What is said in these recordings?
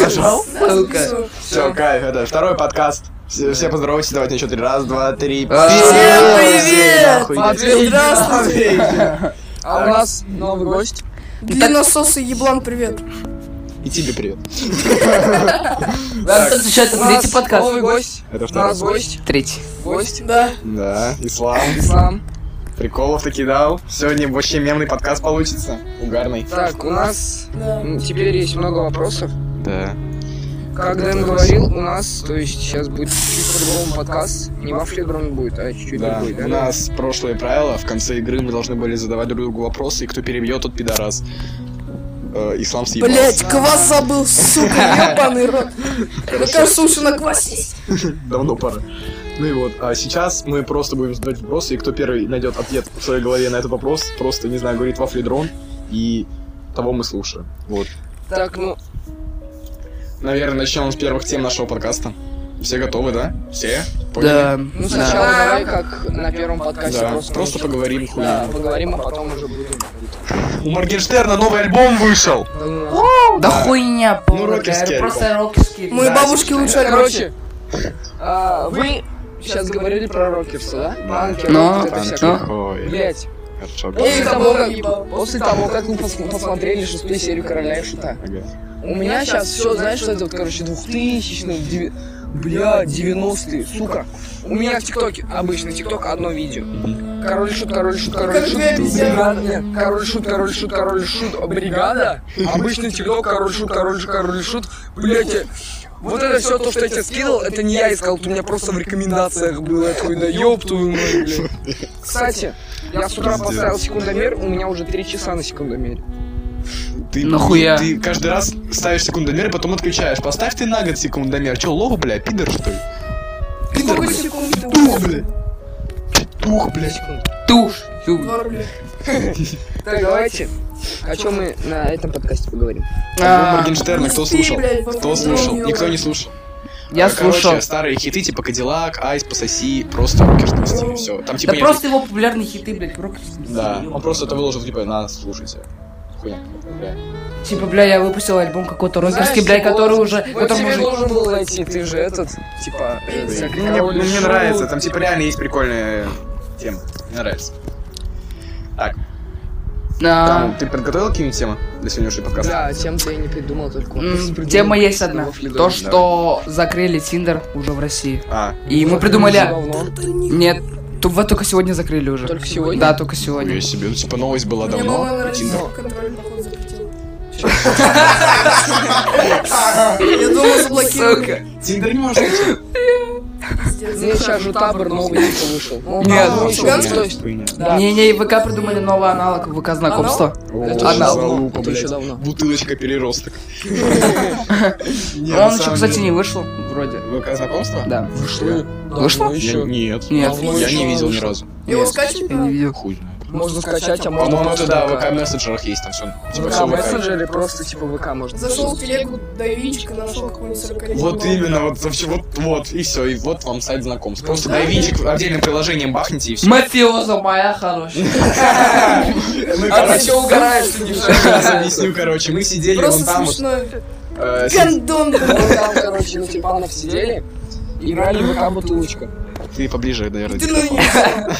Нажал? Сука. Все, кайф, это второй подкаст. Все, все поздоровайтесь, давайте на счет. Раз, два, три. А, Все, всем все, привет! нахуй, идите. Здравствуйте. А у Так. нас новый гость. Длиннососый еблан, привет. И тебе привет. Так, Слушай, это у нас третий подкаст. Новый гость. Это У нас второй. гость. Третий. Гость. Да. Да, Ислам. Ислам. Приколов таки дал. Сегодня вообще мемный подкаст получится. Угарный. Так, у нас Да. м, теперь есть много вопросов. Да. Как Дэн говорил, у нас, то есть сейчас будет чуть по-другому подкаст. Не вафлеброн будет, а чуть-чуть Да, другой. у нас прошлое правило. В конце игры мы должны были задавать друг другу вопросы, и кто перебьет, тот пидорас. Э, Ислам съебался. Блять, квас забыл, сука, ебаный рот. Мне кажется, уши на квас есть. Давно пора. Ну и вот, а сейчас мы просто будем задавать вопросы, и кто первый найдет ответ в своей голове на этот вопрос, просто, не знаю, говорит вафледрон, и того мы слушаем. Вот. Так, ну, Наверное, начнем с первых тем нашего подкаста. Все готовы, да? Все? ну сначала давай как на первом подкасте Да, просто. просто поговорим хуйню. Да, поговорим, а потом уже будем. У Моргенштерна новый альбом вышел! Да ну нахуй. Да Ну, хуйня, полная, рокерский это Просто альбом. рокерский. Мои Да, бабушки лучше Ну, Короче, а, вы сейчас говорили про рокерса, да? Панки, Но- Ну, рокерс, это Панки. всякое. Ой, Блять, хорошо. после Эй, того, кого как, ебал? после того, как мы пос- посмотрели шестую серию Короля и Шута, Ага. у меня сейчас все, знаешь, что это вот, короче, двухтысячные, деви... бля, девяностые, сука. У меня в ТикТоке, обычно ТикТок одно видео. Король и Шут, Король и Шут, Король и Как Шут, две обезьяны. бригада, нет, Король и Шут, Король и Шут, Король и Шут, бригада. Обычный ТикТок, Король и Шут, Король и Шут, Король и Шут, блядь, я- вот это все то, что я тебе скидывал, это не я искал, это у меня просто в рекомендациях было. Я такой, да ёб твою мать, блядь. Кстати, я с утра Пиздец. поставил секундомер, у меня уже 3 часа на секундомере. Ты, Нахуя? ты каждый раз ставишь секундомер и потом отключаешь. Поставь ты на год секундомер. Че, лох, бля, пидор, что ли? Пидор, Сколько бля. секунд? Тух, бля. Тух, бля. Туш. Ю- Два рубля. Так, давайте. О чем мы на этом подкасте поговорим? Альбом А, Моргенштерна, Не кто спи, слушал? блядь, Кто Моргенштерн, слушал? ёбан. Никто не слушал. Я Э, короче, слушал. старые хиты типа Кадиллак, Айс, Пососи, просто рокерский стиль, все. Там типа Да нет- просто его популярные хиты, блядь, рокерские. Да, он просто это выложил, типа, на, слушайте. Хуйня. бля. Типа, бля, я выпустил альбом какой-то рокерский, Знаешь, бля, который уже... Вот Который тебе уже... должен был найти, ты же этот, типа, э, всякий Мне, король мне шут. нравится, там типа реально есть прикольная тема. Мне нравится. А, Там, ты подготовил какие-нибудь темы для сегодняшнего подкаста? Да, тем-то я не придумал, только вот м, придумал. Тема есть одна. Вафли То, Дон. что закрыли Тиндер уже в России. А, И мы придумали... Давно. Нет, ту- вот только сегодня закрыли уже. Только сегодня? Да, только сегодня. хуя себе. Ну, типа, новость была Мне мама давно. на про Тиндер. родительский контроль, походу, запретила. Я думал, заблокировали. Тиндер не может быть. Пиздец. Здесь сейчас же табор новый типа вышел. Нет, Ну, Вообще, цыганский, хуйня, то есть, хуйня. да. Не-не, ВК придумали новый аналог ВК знакомства. О, Это уже давно, залупа, это еще блядь. давно. Бутылочка переросток. Не, на Он еще, самом кстати, не деле. вышел, вроде. ВК знакомство? Да. Вышло? Вышло? ну, Я- Нет. А Нет. Давно Я еще не видел ни вышло. разу. Его скачать Я не надо? видел. Хуй знает. Можно скачать, а можно По-моему, это просто да, в ВК. ВК-мессенджерах есть там все. Типа ВК все ВК. мессенджере Ну, а просто типа ВК можно. Зашел в телегу до Винчика, нашел какого-нибудь 40 Вот именно, вот вообще, вот, вот, и все, и вот вам сайт знакомств. Просто давинчик отдельным приложением бахните и все. Мафиоза моя хорошая. А ты все угораешь, ты не Сейчас жалеешь. Ну, объясню, короче, мы сидели вон Просто там вот, смешно. э, си- Гандон. Мы там, короче, ну, типа, на типанов сидели, играли в ВК бутылочка. Ты поближе, наверное. Ты на диктофон. нее.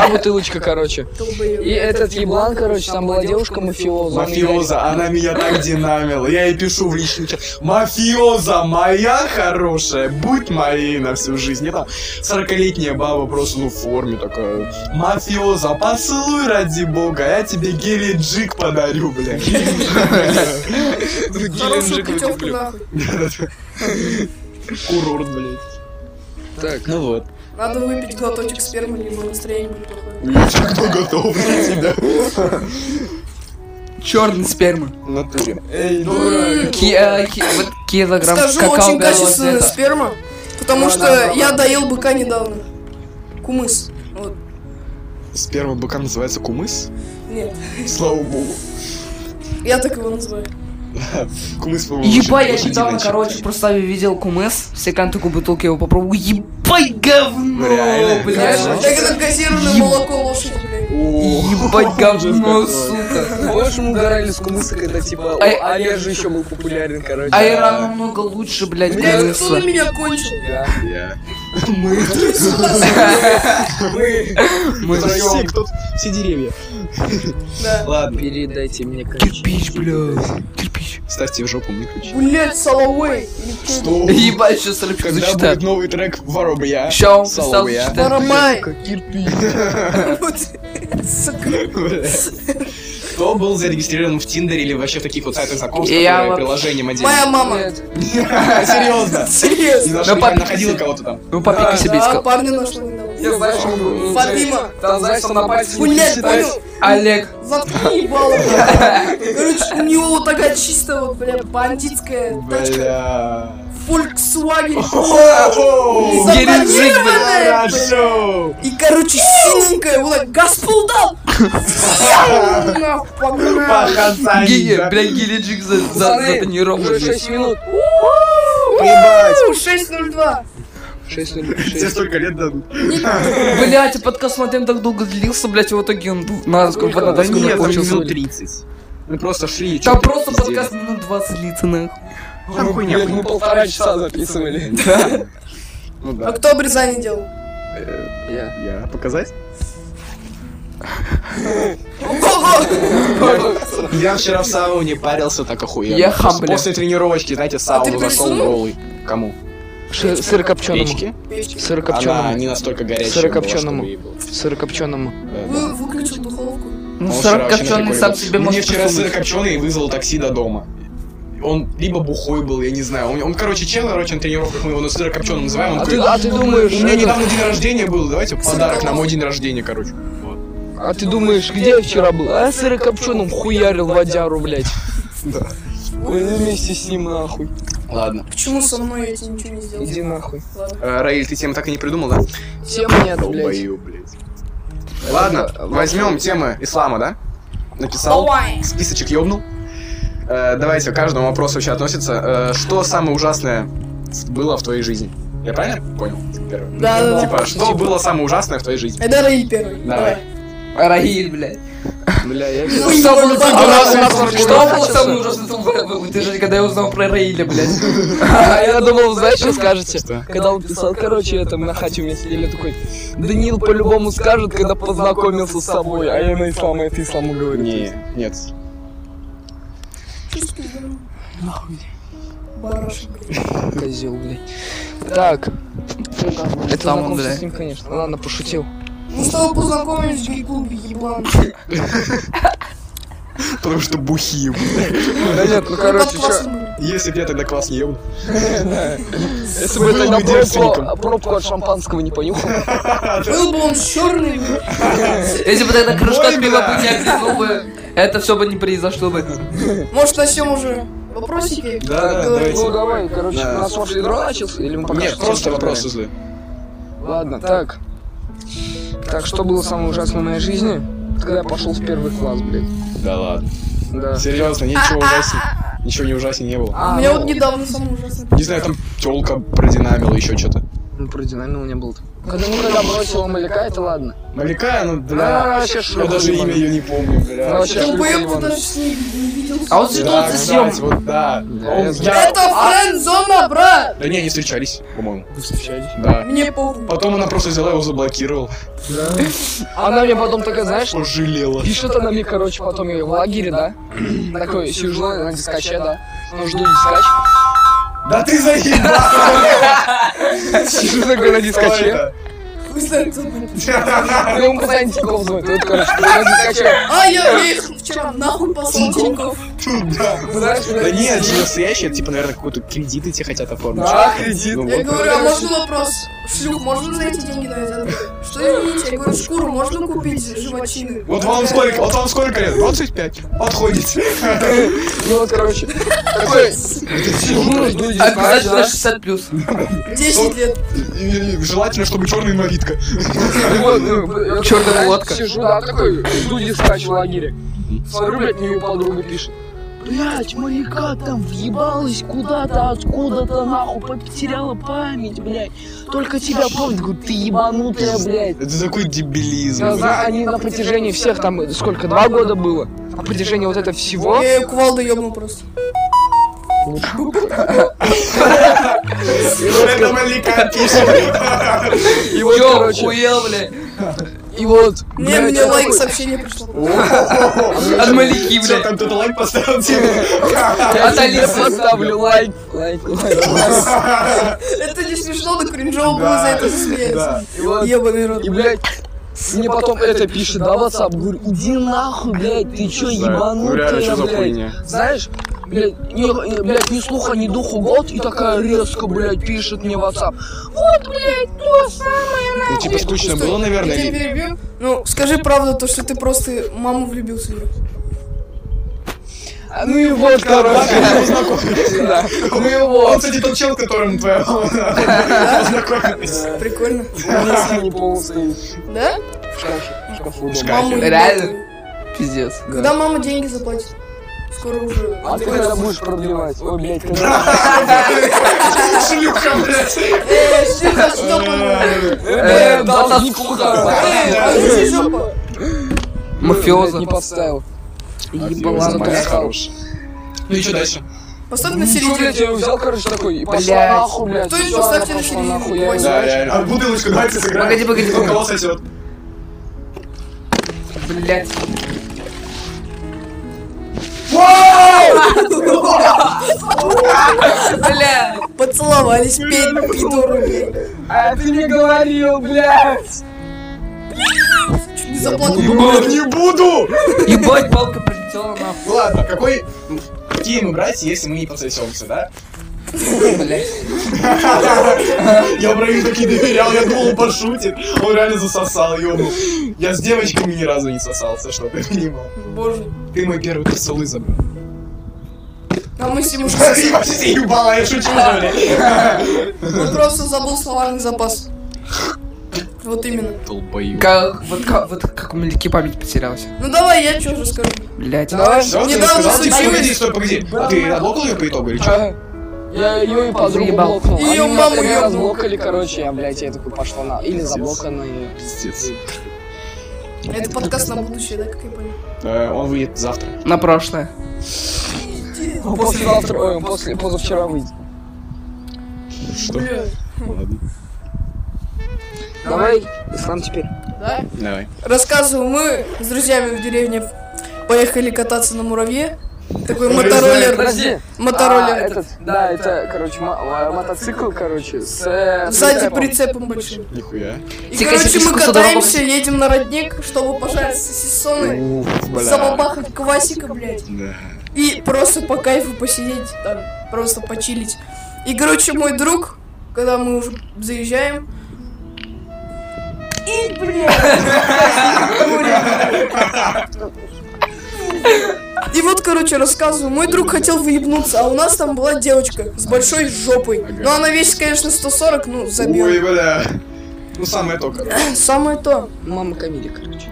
ВК бутылочка, короче. И долбоёб. этот еблан, короче, там была девушка мафиоза. он ей Мафиоза, она меня так динамила. Я ей пишу в личный чат. Мафиоза, моя хорошая, будь моей на всю жизнь. Я там 40-летняя баба просто, ну, в форме такая. Мафиоза, поцелуй, ради бога, я тебе гелиджик подарю, бля. Хорошую путевку нахуй. Курорт, блядь. Так, Ну вот. Надо выпить глоточек спермы, либо настроение будет плохое. Ничего, кто готов для тебя. Черный сперма. В натуре. Эй, ну, дурак. Ки- э, ки- вот Килограмм Скажу, какао очень белого качественная цвета. сперма, потому Да, что да, да, я да. доел быка недавно. Кумыс. Вот. Сперма быка называется кумыс. Нет, Слава богу. я так его называю. Кумыс, по-моему, Ебай, я очень недавно, лошадиная короче, часть. просто видел кумыс, все контуку бутылки его попробую, ебай говно, Реально? блядь. Ну, Реально? Я как газированное Еб- молоко лошади, блядь. ну Ебать говно, сука. Помнишь, мы угорали с кумыса, когда типа, Ай- о, А, Олег же еще был популярен, короче. Айран А намного лучше, блядь, Блядь, кто Кумыса. на меня кончил? Да. Мы Мы Мы все, кто все деревья. Да. Ладно, Передайте мне ключ. Кирпич, блядь. Кирпич. ставьте в жопу мне ключи. Блядь, Соловей. или кто это? Что? Ебать, сейчас рэпчик Когда зачитаю. будет новый трек Воробья? Ща он писал, Соловья. зачитаю. Воромай. Кирпич. Вот, сука. Бля. Кто был зарегистрирован в Тиндере или вообще в таких вот сайтах знакомств, Я которые вот- приложением отдельно? Моя мама. Серьезно? Не Серьезно. нашли, Ну, папик- находила кого-то там? Ну, попик себе Да, искал. парня нашла недавно. Я знаю, что мы- Фатима. Там, знаешь, что на пальце не Блядь, считаешь. понял? Олег. Заткни ебало, блядь. Короче, у него вот такая чисто, вот, бля, бандитская тачка. Бля. Volkswagen. Оу, Геленджик, Забронированная, блядь. Хорошо. И, короче, синенькая, вот так, газ пол дал. Яу, нахуй, погнал. Пахаться. Гея, блядь, Геленджик за, за, Пацаны, за тонировку, Уже блядь. 6 минут. Ебать. Фу, 6.02. 6 минут. Тебе 6. столько лет дадут. Блять, а подкаст на так долго длился, блядь, и в итоге он ду- на сколько Сколько? на два Сколько? минута получился. 30. Мы Ну просто шли. Там просто подкаст минут 20 длится, нахуй. Блядь, мы полтора часа записывали. Ну да. А кто обрезание делал? Я. Я показать? Я вчера в сауне парился так охуенно. Я хам, бля. После тренировочки, знаете, сауну ты зашел пересунул? голый. Кому? Сырокопченому. Печке? Она Сырокопченому. не настолько горячая Сырокопченому. была, чтобы ей было. Сырокопченому. Да, да. Вы выключил духовку. Ну, Он сорок вчера вообще копченый такой сам был. себе Мне может вчера сыр присунуть. копченый вызвал такси до дома. Он либо бухой был, я не знаю. Он, он, короче, чел, короче, на тренировках мы его на сыр Ну, копченым называем. Он А ты, говорит, а ты думаешь, у меня этот, недавно день рождения был, давайте Типа, подарок на мой день рождения, короче. а ты думаешь, где я вчера был? А я сырокопченым хуярил водяру, блядь. Мы вместе с ним нахуй. Ладно. Почему со мной эти ничего не сделали? Иди нахуй. Ладно. Э, Раиль, ты тему так и не придумал, да? Тем нет, блядь. Долбою, блядь. Ладно, возьмем темы ислама, да? Написал, Давай. списочек ёбнул. Э, давайте, к каждому вопросу вообще относится. Э, что самое ужасное было в твоей жизни? Я правильно понял? Первое. Да, да, да. Типа, что было самое ужасное в твоей жизни? Это Раиль первый. Давай. Раиль, блядь. Бля, я... Ну, Что ебать, было да. самое ужасное? Что Что было было самое ужасное в этой жизни, когда я узнал про Раиля, блядь? А я думал, знаешь, что скажете? Что? Когда он писал, короче, это мы на хате вместе сидели, такой, Данил по-любому скажет, когда познакомился с собой, а я на ислам, это исламу говорю. Не, нет. Бараш, блядь. Козел, блядь. Так. Это Ислам, знакомство бля. с ним, конечно. Ну Ладно, пошутил. Мы с тобой Ну, познакомились в гей-клубе, еблан. Потому что бухие, бля. Да нет, ну короче, чё. Если б я тогда класс не ебнул. Если бы я Был тогда бы пробку, девственником. пробку от шампанского не понюхал. Был бы он черный, блядь. Если бы тогда типа, крышка от Ой, пива бля. бы не облизнул бы, это все бы не произошло бы. Может, начнем уже вопросики? Да, да, Ну давайте. давай, короче, Да. у нас вообще ядро начался, или мы а? пока Нет, что просто тему вопросы выбираем? злые. Ладно, так. Так, что было самое ужасное в моей жизни? Когда я пошел в первый класс, блядь. Да ладно. Да. Серьезно, ничего ужаснее. Ничего не ужаснее не было. У А, меня ну, вот недавно самое ужасное. Не знаю, там телка продинамила еще что-то. Ну, про динамил у меня был. Когда ну когда бросила маляка, это ладно. Малика, ну А, бля. вообще Я шлюха даже имя ебаная. ее не помню, бля. Ну, вообще шлюха Долбоёб, ты ебаная. даже с ней не виделся. А вот Да, ситуация съем. кстати, вот да. Он- я я- Это френд-зона, брат! Да не, они встречались, по-моему. Вы встречались? Да. Мне похуй. Потом она просто взяла его заблокировала. Она мне потом такая, знаешь, Пожалела. Пишет она мне, короче, потом я в лагере, да? Такой, сижу на дискаче, да? Ну, жду дискач. Да ты заебал! Сижу такой на дискаче. Хуй знает, кто был. Ну, ему пацан Тиньков звонит. Вот, короче, на дискаче. А, я я их вчера нахуй послал Тинькофф. Туда. Знаешь, Да блядь, нет, это же настоящее, это типа, наверное, какой-то кредиты тебе хотят оформить. Да, кредит. Ну Я вот. говорю, а можно вопрос? Шлюх, можно за эти деньги на Что извините? Я говорю, шкуру можно купить животины? Вот вам сколько, вот вам сколько лет? 25. Отходите. ну вот, короче. Такой, сижу, жду дискач, Обязательно да? 60 плюс. 10 лет. И- и Желательно, чтобы черная инвалидка. Чёрная Чёрная лодка. Сижу, да, такой, жду дискач в лагере. Смотрю, блядь, мне её подруга пишет. Блять, моряка там въебалась куда-то, откуда-то нахуй, потеряла память, блядь. Только тебя помнит, говорит, ты ебанутая, блядь. Это такой дебилизм. Я знаю, они на протяжении всех там, э, сколько, два года было? На протяжении вот этого всего? Я ее кувалду ебнул просто. Это моряка пишет. И вот, короче, Хуел, бля. и вот, Не, блядь, мне я лайк такой, сообщение пришло. От Малики, Все, бля. там кто-то лайк поставил тебе. Я От тебе Алисы. поставлю лайк, лайк, лайк. Это не смешно, но кринжово было за это Да. засмеяться. И вот, Ебаный рот. И, блядь, мне потом это пишет, да, WhatsApp, говорю, иди нахуй, блядь, ты чё, Ну реально, ебанутая, что за блядь. хуйня? Знаешь, блядь, не, э, блядь, ни слуха, ни духу год, и такая резко, блядь, пишет мне WhatsApp. Ну типа скучно было, Я тебя наверное. перебью. Ну, скажи правду, то, что ты просто маму влюбился. Юра. А, Ну и вот, короче, да. Ну и Он, вот. кстати, тот чел, которым твоя мама познакомилась. Прикольно. Если не ползает Да? в шкафу, в шкафу дома. Шкаф. Маму люблю. Реально? Пиздец. Когда мама деньги заплатит? Скоро уже. А ты когда будешь продлевать? Ой, блядь, когда... Шлюха, блядь. Э, шлюха, штопаная. Э, Э, Э, долги кухарь. Эй, колючая жопа. Мафиоза. Блядь, не поставил. Ебала, Ебала, моя зато стал. хорошая. Ну и что дальше? Поставь на Чё, блядь, я середину. его взял, короче, такой, и пошла Блядь. нахуй, блядь. Кто-нибудь всё, поставьте она на пошла середину, нахуй, я ой, не Да, Да, знаю. реально. А бутылочку давайте сыграем. Погоди, погоди, У погоди. кого сосет? Блять. Бля. Поцеловались, пень, пидоры, блядь. А ты мне говорил, блядь! Чуть не заплатил. Ебать, Не буду! Ебать, палка прилетела нахуй. Ну ладно, какой... Какие мы братья, если мы не пососемся, да? Блять. Я Браю таки доверял, я думал, он пошутит. Он реально засосал, ёбу. Я с девочками ни разу не сосался, что ты понимал. Боже. Ты мой первый поцелуй забыл. А мы с ним уже Ты вообще себе ебала, я шучу, что ли? Он просто забыл словарный запас. Вот именно. Долбоёб. Как, вот как, вот как у Малики память потерялась. Ну давай, я что же скажу. Блять. Всё, ты Недавно рассказал? Типа, случилось. погоди, стой, погоди. А ты отблокал ее по итогу или что? Ага. Я ее и подругу Заебал. блокнул. Её Они маму меня тогда ёбнул. разблокали, короче, я, блядь, я такой пошла на... Или заблокана её. Пиздец. Это подкаст на будущее, да, как я понял? Э, Он выйдет завтра. На прошлое. Послезавтра, ой, Ну, после, позавчера выйдет. Что? Ладно. Давай, сам теперь. Да? Давай. Рассказываю, мы с друзьями в деревне поехали кататься на муравье. Такой Подожди. мотороллер. А, Мотороллер. этот, да, это, короче, мо- а, мотоцикл, короче, с... э, Сзади прицепом прицепом. большим. Нихуя. И, Тихо, короче, тихо, мы тихо, катаемся, едем на родник, чтобы пожарить сосисоны, Уф, бля. забабахать квасика, блядь. Да. И просто по кайфу посидеть там, просто почилить. И, короче, мой друг, когда мы уже заезжаем... И, блядь! И вот, короче, рассказываю. Мой друг хотел выебнуться, а у нас там была девочка с большой жопой. Ну, она весит, конечно, 140, ну, забил. Ой, бля. Ну, самое то, короче. Самое то. Мама Камиля, короче.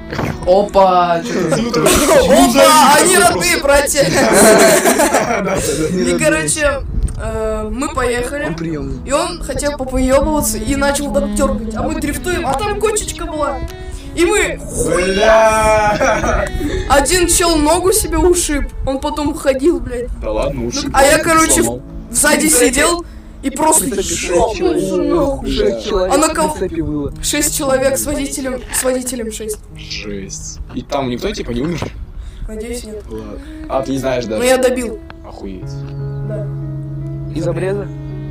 Опа. Ну, то- Опа, они Просто. родные, братья! Да, да, да. И, короче, э, мы поехали. Он приемный. И он хотел попоебываться и начал там дергать. А мы дрифтуем, а там кочечка была. И мы... Бля! Один чел ногу себе ушиб. Он потом ходил, блядь. Да ладно, уши. А я, короче, сломал. Сзади сидел и просто ёбнулся нахуй. Шесть человек А на кого- на цепи было. Шесть человек с водителем, с водителем шесть. Жесть. И там никто, типа, не умер? Надеюсь, нет. Ладно. А, ты не знаешь Но даже. Ну, я добил. Охуеть. Да. Из обреза?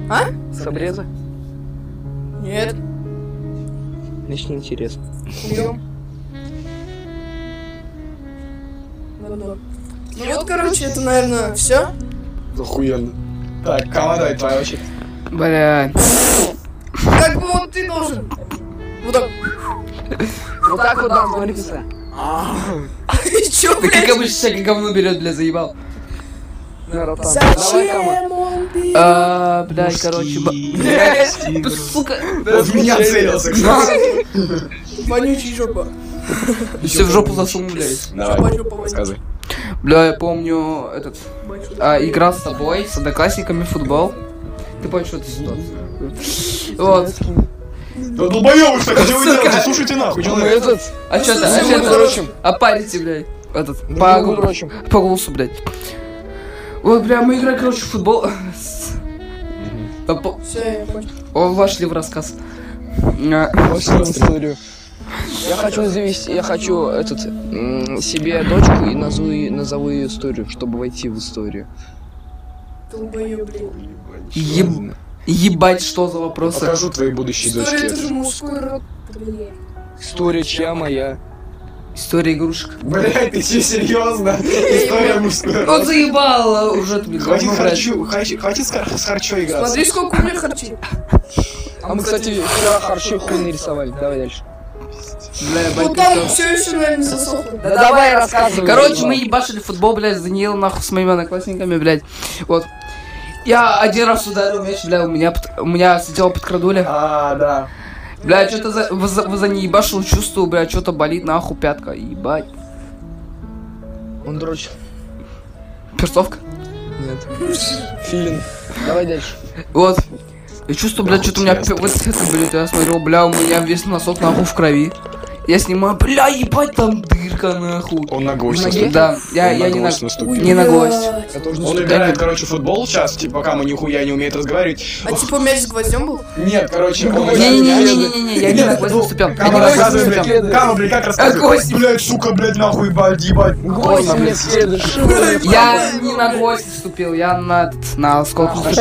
А? С обреза? Нет. Начни интересно. Хуём. Ладно. Ну вот, короче, это, наверное, все. Охуенно. Так, Кама, давай, твоя очередь. Блять. Как бы вот ты должен. Вот так. Вот так вот нам говорится. И чё, Ты как блядь? обычно всякое говно берет, бля, заебал. Давай, Кама. Зачем он бил? А, блядь, короче. б- Блядь, ты, сука. Он в меня целился, кстати. Вонючий жопа. Все в жопу засунул, блядь. Давай, Жопа, жопа, рассказывай. Бля, я помню этот... Бать. а, игра с тобой, с одноклассниками в футбол. Ты понял, что это ситуация. Вот. Да долбоёбы, что хотел вы делаете? Слушайте нахуй, Ну, человек. этот, А чё ты, а слушай, чё мы ты? дрочим. А парите, блядь. Этот, по, По гу- дрочим. по голосу, блядь. Ой, бля, мы играем, короче, в футбол. С- Да по- Все, я понял. О, вошли в рассказ. А, Очень историю. Я хочу завести, я хочу этот м, себе дочку и назову, е- назову ее историю, чтобы войти в историю. Долбоёб, блин. еб- Ебать, что за вопросы? Покажу твоей будущей История, это дочке. же мужской род, блин. История чья моя? История игрушек. Блять, ты че, серьезно? История мужская. Он заебал уже, блин, Хватит говно брать. харчу, хватит хватит с хар- с харчой играться. Смотри, сколько у меня харчей. А мы, кстати, вчера харчой хуй нарисовали. Давай дальше. Бля, ебать, Вот там прикол. все еще, наверное, не засохло. Да давай рассказывай. Короче, мы ебашили футбол, блядь, с Даниилом, нахуй, с моими одноклассниками, блядь. Вот. Я один раз ударил мяч, бля, у меня, под- у меня сидела под крадули. А, да. Бля, что-то за, за, за неебашил, чувствую, бля, что-то болит, нахуй, пятка, ебать. Он дрочит. Перцовка. Нет. Филин. Давай дальше. Вот. Я чувствую, бля, что-то у меня пи- вот это, блядь, я смотрю, бля, у меня весь носок, нахуй, в крови. Я снимаю, бля, ебать, там дырка, нахуй. Он на гость Ноге? наступил. Да, я, Он я на не на... гвоздь наступил. Не на гвоздь. Блядь. Он играет, короче, в футбол сейчас, типа, пока мы нихуя не умеет разговаривать. А типа мяч с гвоздем был? Нет, короче, он... Не-не-не-не-не, я не на гвоздь наступил. Я не ну, Кама, на гвоздь рассказывай, наступил. блядь. Э, Кама, блядь, как А, рассказывай. гвоздь. Блядь, сука, блядь, нахуй, ебать, ебать. Восемь лет следует. Я не на гвоздь вступил, я на, этот, на осколку. На Э.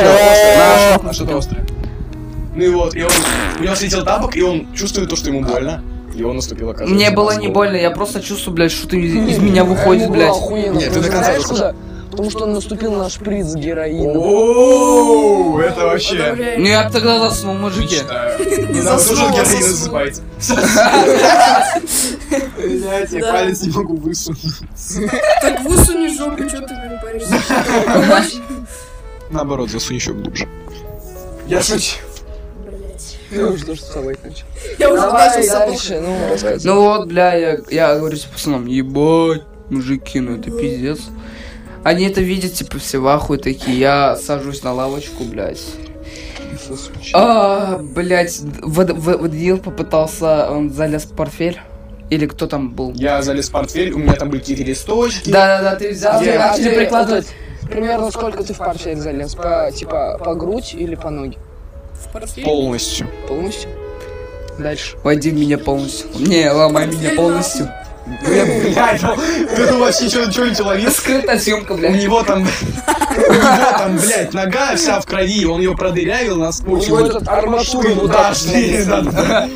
что- на что-то острое. Ну и вот, и он... У него слетел тапок, и он чувствует то, что ему больно. И он наступил, оказывается. Мне было на не осколок. больно, я просто чувствую, блядь, что ты из из меня выходит, блядь. Нет, ты до конца Знаешь дослушай. куда? Потому что он наступил на шприц с героином. Оу, это вообще... Ну Одобряю. я б тогда заснул, мужики. Не Заснул, заслужил героин заснул. засыпать. Блять, я Да. палец не могу высунуть. Так высуни жопу, что ты блин, паришься? Наоборот, засунь еще глубже. Я шучу. Блядь. Я уже тоже с собой хочу. Я уже начал Давай с собой. дальше, ну рассказывай. Ну вот, бля, я, я говорю с пацаном, ебать, мужики, ну это пиздец. Они это видят, типа, все в ахуе такие, я сажусь на лавочку, блядь. А, блядь, Вад- Ва- Вадиил попытался, он залез в портфель. Или кто там был? Я залез в портфель, у меня там были какие-то листочки. Да-да-да, ты взял, Я- ты а начали ты- прикладывать. Примерно сколько ты в портфель залез? По, типа, по грудь или по ноге? В портфель. Полностью. Полностью? Дальше. Войди в меня полностью. Не, ломай меня полностью. Блять, это вообще что ничего человек. Скрытая съемка, У блядь. него там, у него там, блядь, нога вся в крови, он ее продырявил насквозь. него этот арматура Штырь, вот да, так штырь, да, да.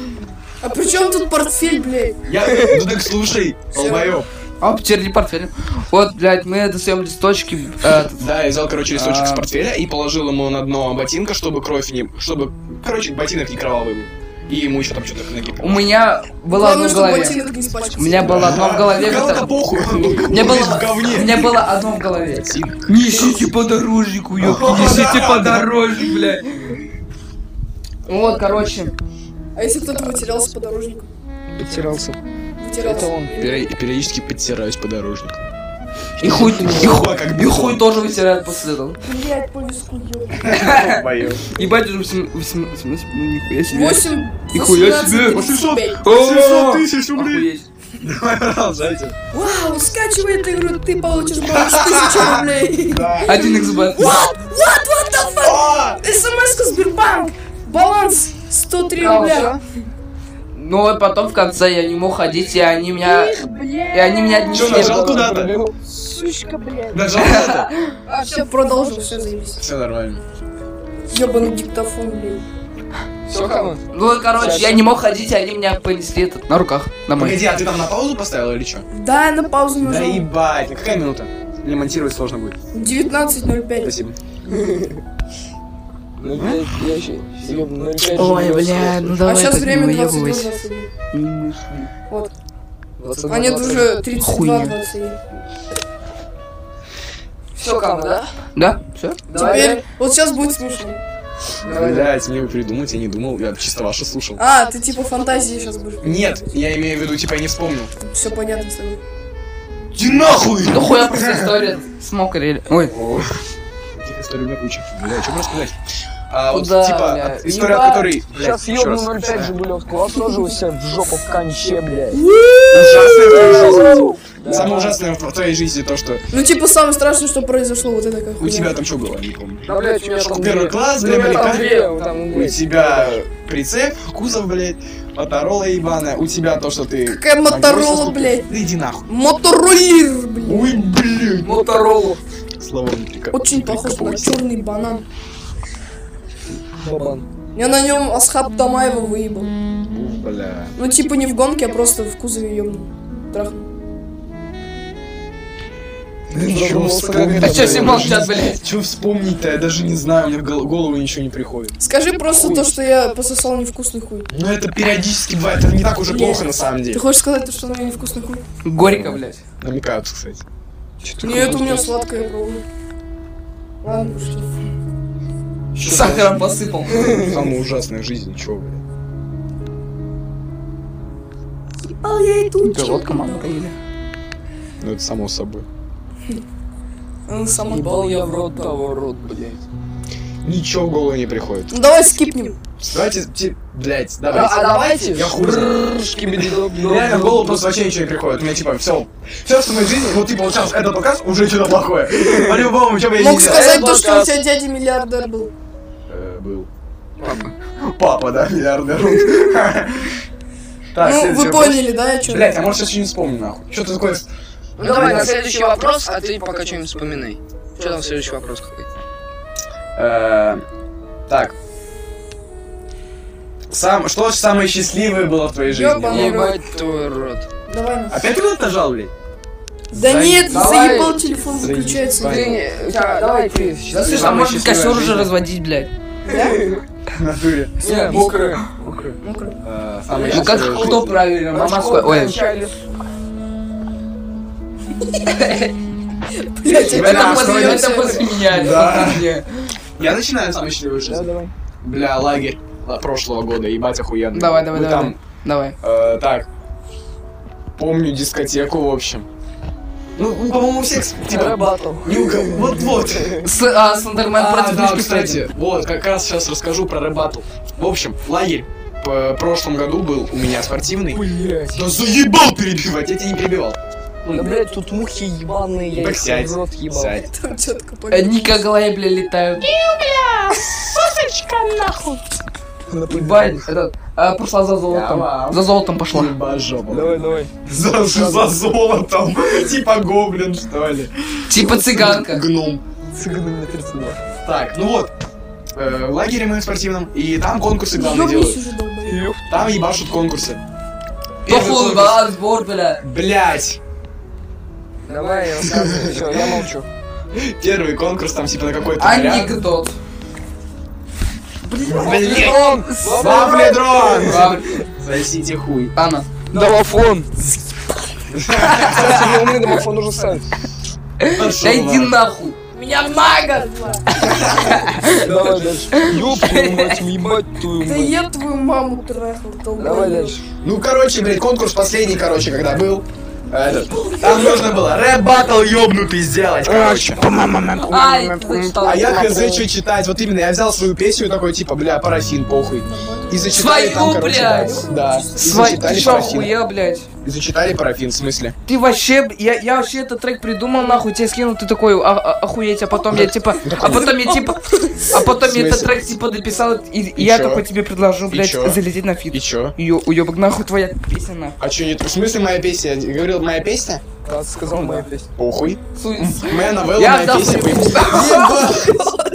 А при чем тут портфель, блядь? Я, ну так слушай, долбоёб. Оп, терли портфель. Вот, блядь, мы достаем листочки. э, Да, я взял, короче, листочек с А. портфеля и положил ему на дно ботинка, чтобы кровь не... Чтобы, короче, ботинок не кровавый был. И ему еще там что-то к ноге У меня было Главное, одно в чтобы голове. ботинок не испачкался. У меня было одно в голове. Кому-то это- А, похуй, он был У меня было, в говне. у меня было одно в голове. Ботинок. Несите подорожник, уёбки, несите подорожник, блядь. Вот, короче, А если кто-то вытерялся по дорожнику? Потерялся. Вытерялся. Это он. Пере- периодически подтираюсь подорожник. и хуй, и хуй, как и хуй тоже вытирают после этого. Блядь, по виску, ёб. Ебать, уже 18, 18, ну нихуя себе. Восемь, Нихуя себе. 18, тысяч Охуеть. Давай продолжайте. Вау, скачивай эту игру, ты получишь бонус тысяча рублей. Один экзобайт. смс Сбербанк. Баланс 103 А, рубля. Ну вот потом в конце я не мог ходить, и они меня... Их, И они меня блядь. Че, отнесли. нажал куда-то? Сучка, блядь. Нажал куда-то? А, все, продолжил, все, заебись. Все нормально. Ёбаный диктофон, блядь. Все, кому? Ну, и, короче, я не мог ходить, и они меня понесли этот, на руках домой. Погоди, а ты там на паузу поставил или что? Да, я на паузу Да нажал. ебать, а какая минута? Мне монтировать сложно будет. 19.05. Спасибо. Ну, блядь, я еще съёбну, ну, опять же, Ой, не бля, ну А давай сейчас так не время выебывайся. 22.21. успел. А нет, уже 32.21. Хуйня. Все, кому, да? Да, все? Теперь, вот сейчас будет смешно. Блять, мне бы придумать, я не думал, я чисто ваши слушал. А, ты типа фантазии сейчас будешь. Нет, я имею в виду, типа, я не вспомнил. Все понятно с тобой. Иди нахуй! Да хуя просто история с мокрой... Ой, О, Этих историй у меня куча. Бля, что рассказать? А, вот, Куда, типа, бля? от- история, от которой... Бля, Сейчас ещё ёбну раз. 0,5 Жигулевскую, а тоже у себя в жопу в конче, блядь. Ужасное в твоей жизни. Самое ужасное в твоей жизни то, что Ну, типа, самое страшное, что произошло, вот это как у хуйня. тебя там что было, не помню. Да, блядь, у меня там Первый две. класс, Да, бля, у меня там американ- две, там, угу. У блядь. тебя прицеп, кузов, блядь, моторола ебаная. У тебя то, что ты... Какая Моторола, Моторола, блядь. Да иди нахуй. Мотороллер, блядь. Ой, блядь. Моторолу. Слава внутрика. Очень похож на черный банан. Бабан. Я на нем Асхаб Тамаева выебал. Бля. Ну, типа, не в гонке, а просто в кузове ёбнул. Трахнул. Ничего а чё все молчат, блядь? Чё вспомнить-то? Я даже не знаю, мне в гол- голову ничего не приходит. Скажи просто то, что я пососал невкусный хуй. Ну это периодически бывает, это не так уже плохо на самом Ты деле. хочешь сказать, то, что на меня невкусный хуй? горько, блядь. Намекаются, кстати. Нет, у меня сладкое пробую. Ладно, пошли. Сахаром посыпал. Самая ужасная жизнь, чё, блядь. Голодка мама поели. Ну это само собой. Она сама Ебал была. я в рот того рот, блядь. Ничего в голову не приходит. Ну, давай скипнем. Давайте, ти- блядь, А, давайте. а давайте. Я хуй знает. Реально в Реально, голову просто вообще ничего не приходит. У меня типа все. Все, что в моей жизни, вот типа вот сейчас этот показ уже что-то плохое. По-любому, что бы я не Мог делал. сказать то, что у Подкаст. тебя дядя миллиардер был. Э, Был. Папа. Папа, да, миллиардер. Так, Ну, следующий вы вопрос. поняли, да, о чем? Блять, а может сейчас что-нибудь вспомню, нахуй. Что такое? Ну давай на следующий вопрос, а ты пока что-нибудь вспоминай. Что там следующий вопрос какой? Э, Так. Сам, что самое счастливое было в твоей Ёбаный. жизни? А Ебать твой рот. Давай на. Опять куда-то нажал, блядь? Да нет, давай. заебал телефон Заебись, выключается. Вань. Ты не- у тебя- Давай ты. Слушай, а Самая может счастливая костер жизнь. уже разводить, блядь? В натуре. Не, мокрое. Э, самое Ну как счастливое кто жизнь. правильно? Мама сказала- Ой, Блядь, Тебя это на после основе- это после меня. Да. это после меня. Я начинаю самую счастливую жизнь. Бля, лагерь л- прошлого года, ебать охуенно. Давай, давай, Мы давай. там, Давай. э, так, помню дискотеку, в общем. Ну, ну, по-моему, у всех, с- типа, Батл. ни у кого- вот-вот. С, а, Сандермен А, против да, Мишки Фредди. кстати, вот, как раз сейчас расскажу про рэп-баттл. В общем, лагерь э, в прошлом году был у меня спортивный. Блядь. Да заебал перебивать, я тебя не перебивал. Да, блядь, тут мухи ебаные, я Так их сядь, в рот ебал. Сядь. Там четко понятно. Одни как голая, бля, летают. Ебать, этот, а, пошла за Давай. золотом. За золотом пошла. Ебать жопу. Давай, давай. За, за золотом. Типа гоблин, что ли. Типа цыганка. Гном. Цыганы мне 32. Так, ну вот. э, В лагере моем спортивном, и там конкурсы главные Ёбнись делают. уже, долбоёб. Там ебашут конкурсы. То Первый конкурс- хуй, сбор, бля. Блять! Давай, я рассказываю. Все, я молчу. Первый конкурс там типа на какой-то А вариант. Анекдот. Блять! Бабля. дрон! А, Сосите хуй. Анна. Домофон. ну, Кстати, у меня домофон уже ставит. Да иди нахуй. Меня мага звали. Давай дальше. Ёб твою мать, ебать твою Да мать. я твою маму трахал, долбоёб. Давай дальше. Ну, короче, блядь, конкурс последний, короче, когда был. э, Этот. Там нужно было рэп-баттл ёбнутый сделать, короче. А, я не зачитал. А я хз что читать, вот именно, я взял свою песню такой, типа, бля, парафин, похуй. И зачитали там, Свою, короче, блядь! да. Да. И Свай, ты зачитали шо, парафин. хуя, блядь? И зачитали парафин, в смысле? Ты вообще, б- я, я вообще этот трек придумал, нахуй, тебе скинул, ты такой, а, а- охуеть, а потом я типа, а потом я типа, а потом я В этот смысле? трек типа дописал, и, и я чё? такой тебе предложу, блядь, чё? залететь на И фит. чё? Ё, уёбок, нахуй твоя песня, нахуй. А чё нет? В смысле моя песня? Я говорил, моя песня? Да, сказал моя песня. Похуй. Су- Моя новелла, Я моя взял песня. свою поеб-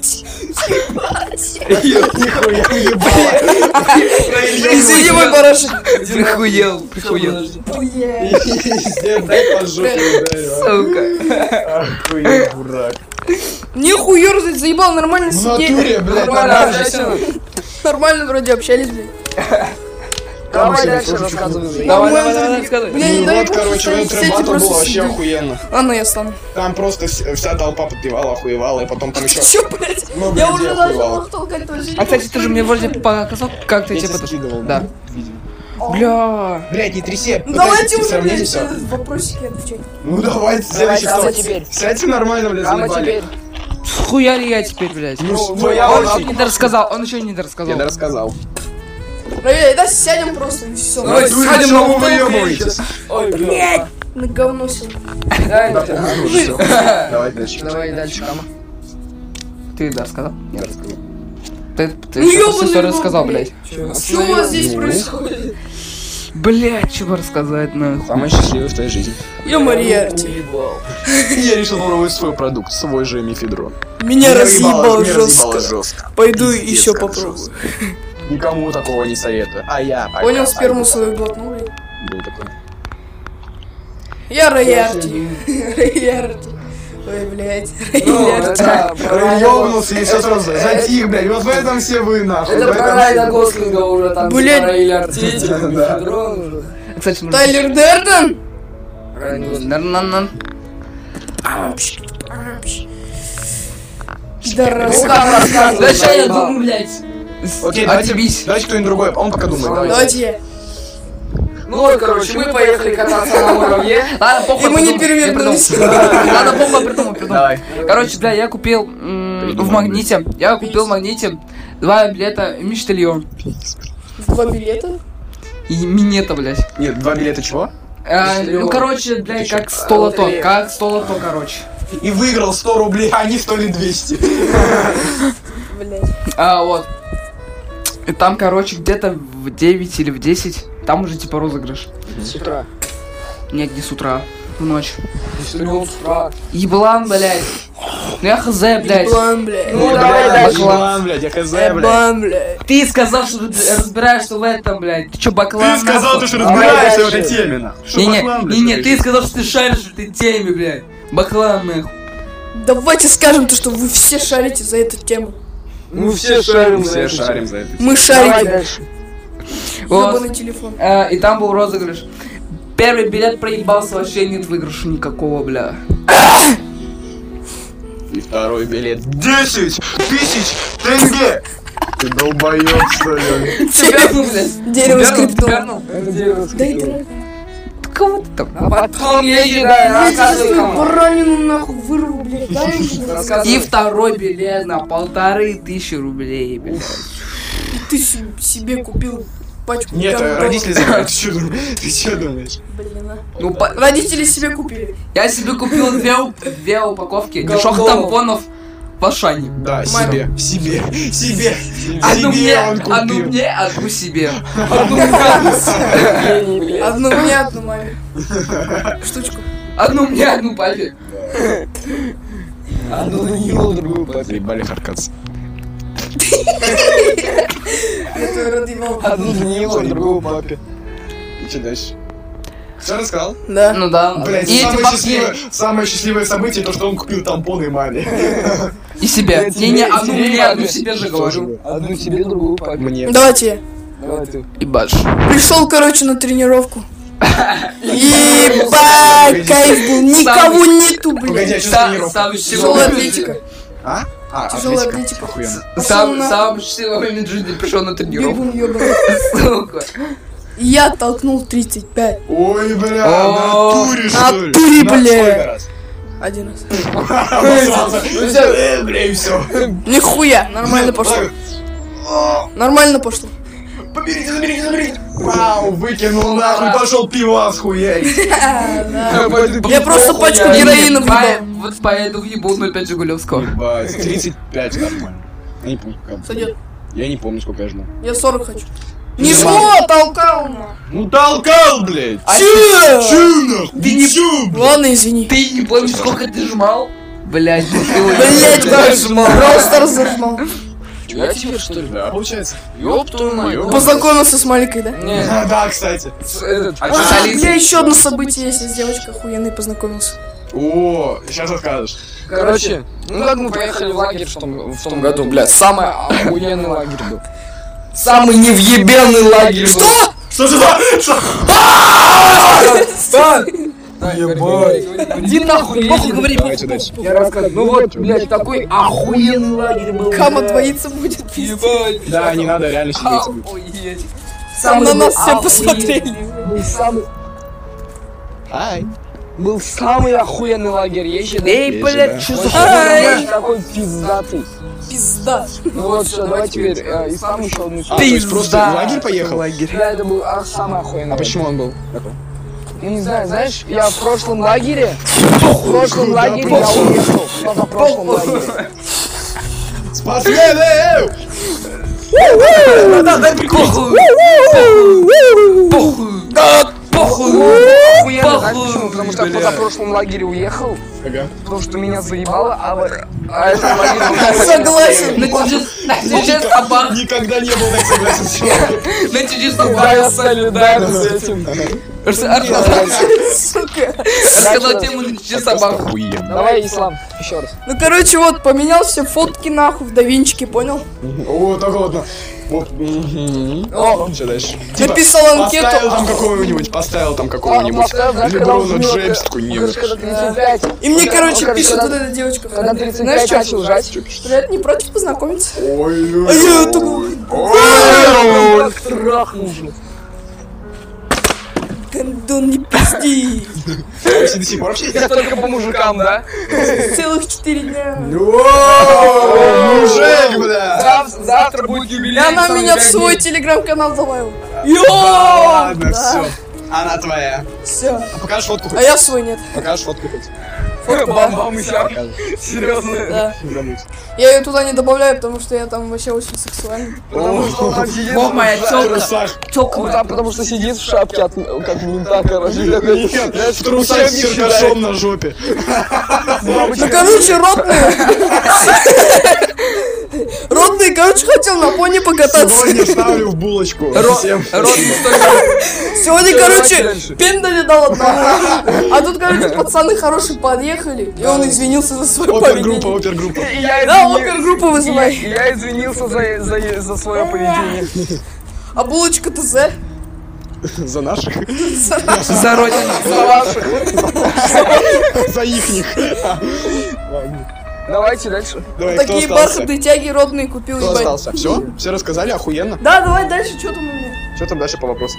Ебать! Нихуя ебала. Извини, мой барашек. Прихуел, прихуел, Пиздец, дай по жопе ударю. сука. Охуеть, дурак. Нихуя ты заебал, нормально В сидели. натуре, блядь, Нормально, нормально. Джастин. Нормально вроде общались, блядь. Давай дальше рассказывай. Давай, Нормально давай, давай, сидели. рассказывай. Бля, не Ну дай вот, бог, короче, в что этот сети рэп-баттл просто было вообще сидят. охуенно. Ладно, А, ну я стану. Там просто вс- вся толпа подпевала, охуевала, и потом там еще... Чё, блядь? Много Я людей уже даже охуевало. мог толкать твою жизнь. А, кстати, ты же мне вроде показал, как ты Я типа... тебе скидывал, Да. видео. Бля. Блять, не тряси. Ну давайте пытайтесь уже, блядь, сравнить всё. э, вопросики отвечать. Ну давайте, следующий кто? Давай, Сава теперь. Сядьте нормально, блядь, Сама заебали. А теперь. Схуяли я теперь, блядь. А Ну Он что, я вам не дорассказал, он еще не дорассказал. не рассказал. Проверь, Ну, да, сядем просто и все. Давай, Вы сядем чего на вы бутылку выебываетесь? Ой, блядь. Блять! На говно сел. Да, ну, всё. Давай дальше. Давай дальше, Кама. Ты дорассказал? Нет. рассказал. Ты, ты Ну, что ёбаный все рот, рассказал, блядь. блядь. Что у вас здесь происходит? Блядь, чего рассказать нахуй. Самое счастливое в твоей жизни. Я Мариарти. Я решил попробовать свой продукт, свой же мифедрон. Меня разъебало меня разъебало жестко. жестко. Пойду Пиздец, еще как попробую. жестко. Никому такого не советую. А я. а я, Понял, а сперму свою глотнули. я. Был такой. Я Роярти. Роярти. Ой, блядь. Ну, Роярти. Это Проебнулся и все сразу. Затих, блядь. Вот в этом все вы нахуй. в это этом про все Райда вы. Гослинга уже там. Блядь. Блять. Или Артити. Да. Дрон уже. Кстати, нужно... Тайлер Дерден? Райан Гослинг. Нар-нар-нар. Да рассказывай. Да ща я Заебал. думаю, блядь. Окей, Отъебись. давайте, давайте кто-нибудь другой. а Он пока думает. давайте. Давайте я. Ну вот, короче, мы поехали кататься на муравье. Ладно, похуй. И мы не придумал, я придумал. перевернулись. Ладно, похуй, придумал, придумал. Давай. Короче, бля, я купил м, в Придумал. магните, я купил в магните два билета Миштальон Два билета? и минета, блядь. Нет, два билета чего? А, Миштальон. ну, короче, блядь, чё, как 100 лото, лотерея. как 100 лото, короче. И выиграл 100 рублей, а не 100 или 200. Блядь. А, вот. И там, короче, где-то в 9 или в 10, там уже типа розыгрыш. С утра. Нет, не с утра, в ночь. С трех утра. Еблан, блядь. Ну я хз, блядь. Блан, блядь. Ну, давай Бля, дальше. Баклан, блядь, я хз, блядь. Эбан, блядь. Ты сказал, что ты разбираешься в этом, блядь. Ты чё, баклан? Ты сказал, нахуй? ты что Давай разбираешься в дальше. этой теме, нахуй. Что Не, не, Баклан, блядь, не, не, ты говоришь? сказал, что ты шаришь в этой теме, блядь. Баклан, нахуй. Давайте скажем то, что вы все шарите за эту тему. Мы Ну, все шарим. Все шарим за это. Мы Давай шарите. дальше. Вот. Ёбаный телефон. А, и там был розыгрыш. Первый билет проебался, вообще нет выигрыша никакого, бля. И второй билет. 10 тысяч тенге! Ты долбоёб, что ли? Ты вернул, блядь. Дерево Вернул, скрипнуло. вернул. Дай ты. Да Кого ты там? А потом я едаю, Я сейчас рассказывай твою кому. баранину нахуй вырву, блядь. Дай мне И второй билет на полторы тысячи рублей, блядь. ты се- себе купил пачку Нет, говна. родители забирают. Ты что думаешь? Ты что думаешь? Блин, а. Ну, по- Родители себе купили. я себе купил две, уп- две упаковки Голов. дешевых тампонов в Ашане. Да, Мам. себе, себе, себе, Одну мне, себе он одну купил. мне, одну себе. Одну Генний, блядь. Одну мне, одну маме. Штучку. Одну мне, одну папе. Одну Данилу, другую папе. Заебали харкаться. Я твой родивал. Одну Данилу, другую папе. И что дальше? Все рассказал? Да. Ну да. Блять, И эти самое, счастливое, папки. самое счастливое событие, то, что он купил тампоны маме. И себе. Блядь, Не-не, тебе- одну тебе мне, папе. одну себе же говорю. Одну тебе, другую папе. Мне. Давайте я. Давай ты. Ебаш. Пришел, короче, на тренировку. Ебать, кайф был. Никого нету, Погоди, а блядь. что Са- за тренировка? самый счастливый- Тяжелая атлетика. А? А, Тяжелая атлетика. атлетика. Охуенно. Сам, Пошёл сам счастливый момент жизни пришел на тренировку. Бегун ебаный. Сука. И Я толкнул 35. Ой, бля, О, натуре, что ли? натуре, На бля. сколько раз? Один раз. Обоссался. Э, Бля, и все. Нихуя, нормально пошло. Нормально пошло. Поберите, заберите, заберите. Вау, выкинул нахуй, пошел пиво Э, схуяй. А, да. Пойду Я просто пачку Да героина нет, по- выбрал. Вот поеду в ебу 05 Жигулевского. Ебать, 35 нормально. Я не помню, как. Сойдет. Я не помню, сколько я жму. Я 40 хочу. Не жгло, толкал на. Ну толкал, блядь! А Че? А Чё нахуй? Ты не- Чё, блядь? Ладно, извини. Ты не помнишь, сколько ты жмал? ну Блять, бутылка. Блять, Зажмал. просто разожмал. Я тебе что ли? Да, получается. Ёб твою мать. Ёб. Познакомился с Малькой, да? Нет, А, Да, кстати. с- этот. А А, чё- у меня еще одно событие есть, я с девочкой охуенной познакомился. О, сейчас расскажешь. Короче, ну как мы поехали в лагерь в том, в том году, блядь, самый охуенный лагерь был. Самый невъебенный лагерь был. Что же за... что- Да! Ебать. Иди нахуй, похуй говори. Давайте дальше. Я рассказываю. Ну вот, блядь, такой охуенный лагерь был. Кама блядь. двоится будет пиздец. Ебать. Да, не надо, реально сидеть. Охуеть. Там самый на был нас все охуенный- посмотрели. Был самый... Ай. Был самый охуенный лагерь, я считаю. Эй, Есть блядь, же, что за Вот хуйня? Ай. лагерь такой пиздатый. Пизда. Ну вот все, давай теперь э, и сам еще одну А, историю. то есть просто Пизда. в лагерь поехал? Да, это был а, самый охуенный. А почему он был? Я не знаю, знаешь, я в прошлом лагере, в прошлом лагере я уехал, в прошлом лагере. Э, Спортсмены! Похуй. Похуй. Охуенно, знаешь почему? Потому что я бля. позапрошлом лагере уехал, Ага. потому что меня заебало, а вот... А это Согласен. На чужих- на чужих собак. Никогда не был так согласен с человеком. На чужих собак. я солидарен с этим. Арс- Арс- Сука. Рассказал тему на чужих собак. Охуенно. Давай, Ислам, еще раз. Ну короче, вот, поменял все фотки нахуй в давинчике, понял? О, так вот. ну, Вот. мгм. О. Что дальше? Типа, Написал Поставил анкету, А, ну, там какого-нибудь, поставил там какого-нибудь. Леброна Джеймс э, такой, не, Короче, когда 35, и мне, он, короче, пишет вот когда- эта девочка. когда ходит. Знаешь, 35 начал что? жать, Привет, не против познакомиться? Ой, А я ой, такой, ой, ой. как трахнул, блядь. Кондон, не пизди. Вообще до сих пор вообще Это только по мужикам, да? Целых четыре дня. О, Мужик, ну, бля! Зав- Завтра будет юбилей. И она там меня в пять свой телеграм-канал добавила. Ладно, Да. все. Она твоя. Все. А покажешь фотку А хоть? я в свой нет. Покажешь фотку хоть? Фотка, да. Бам-бам, и всё. Серьезно. Да. Куда-нибудь. Я ее туда не добавляю, потому что я там вообще очень Ну, сексуальный. Потому что он там сидит. О, моя тёлка. трусах. Тёлка Он моя. там потому что сидит в шапке от, как мента, короче. такой, Нет, знаешь, в трусах с учебник читает. черкашом на жопе. Ну, короче, ротные. Ротные, короче, хотел на пони покататься. Сегодня ставлю в булочку. Ро- Всем. Рот не столько. Сегодня, короче, пень долетал одна. А тут, короче, пацаны хорошие подъехали. И он извинился за свое Опергруппа, поведение. опергруппа. И я Да, извини- опергруппу и вызывай. Я извинился за, за, за свое поведение. А булочка ТЗ? За наших? За родину. За ваших. За ихних. Давайте дальше. Давай, Ну кто Такие остался? бархатные тяги ротные купил, Кто ебать. остался? Все? Все рассказали? Охуенно. Да, давай дальше, что там у меня? Что там дальше по вопросу?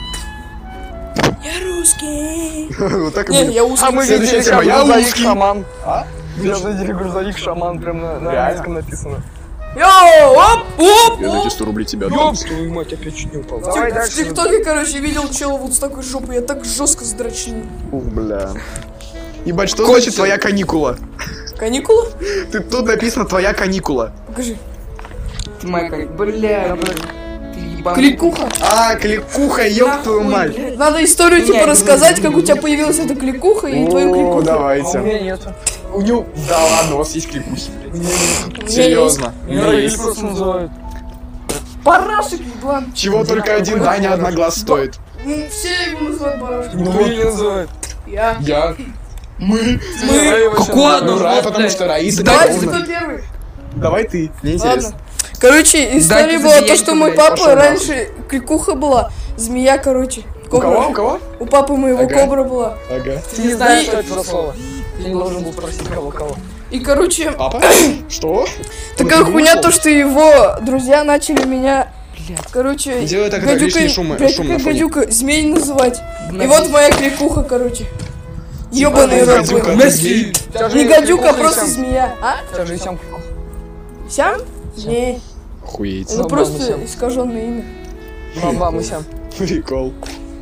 Я русский. Вот так и Не, будет. я узкий. А мы Следующая видели тема. сейчас Я грузовик узкий. шаман. А? Я видели грузовик шаман, прям на, на Реально? английском написано. Йоу, оп, оп, Я за оп. эти 100 рублей тебя отдам. Ёб твою мать, опять чуть не упал. Давай В дальше. ТикТоке, короче, видел чела вот с такой жопой, я так жестко сдрочил. Ух, бля. Ебать, что значит твоя каникула? Каникулы? Ты тут написано твоя каникула. Покажи. Ты моя как- Бля. ты ебаный. Кликуха. А, кликуха, ёб твою мать. Надо историю типа рассказать, как у тебя появилась эта кликуха и твою О, кликуху. А у давайте. меня нету. У него... Да ладно, у вас есть кликухи. У меня Серьезно. У меня родители просто называют. есть Барашек, еблан. Чего только один Даня одноглаз стоит. Ну, все его называют барашек. Ну, меня называют. Я. Я. Мы. Я его сейчас Какое называю. оно Ну, Ра, потому животное? что Раиса Давайте Петровна. кто первый. Давай ты, мне интересно. Ладно. Короче, история ты была то, змея, что ты, мой блядь, папа пошёл нахуй. раньше кликуха была, змея, короче. У кого, у Кобра. кого? У папы моего Ага. кобра была. Ага. Ты не знаешь, И- что это за слово. Ты не должен был спросить кого-кого. И, короче, Папа? Что? Такая Ну, хуйня, ну, то, что его друзья начали меня, короче, Делай так, это гадюкой, лишний шум, блядь, шум на как фоне. гадюка, змей называть. И вот моя крикуха, короче. Ёбаный рот был. гадюка. Мерси. У тебя же Не есть гадюка, а прикол, просто Исям. змея. А? У тебя же Исям прикол. Сям? Не, Охуеть. это Сам Ну, просто Сям. искаженное имя. Мам, Исям. Прикол.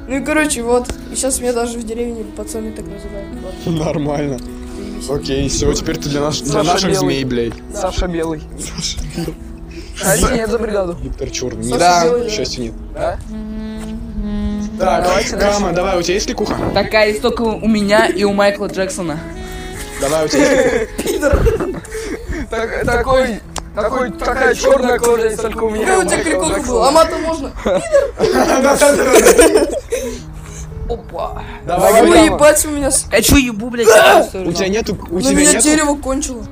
Ну и короче, вот. И сейчас меня даже в деревне пацаны так называют. Вот, Нормально. заебись. Окей, все, теперь ты для, наш- для Саша наших Белый. змей, блядь. Саша Белый. Шарики нет за бригаду. Виктор Черный. Саша Нет, да. Белый, к да. счастью, нет. Да? Так, Давайте Кама, давай, у тебя есть кликуха? Такая есть только у меня и у Майкла Джексона. Давай, у тебя есть кликуха? Так- Такой... Такой, такая черная кожа есть только у меня. Какая у тебя крикуха была? Амата можно? Да-да-да-да. Опа. Давай, Ой, Кама. ебать, у меня... с- А чё ебу, блядь? У тебя нету, у Ну тебя меня нету? дерево кончило.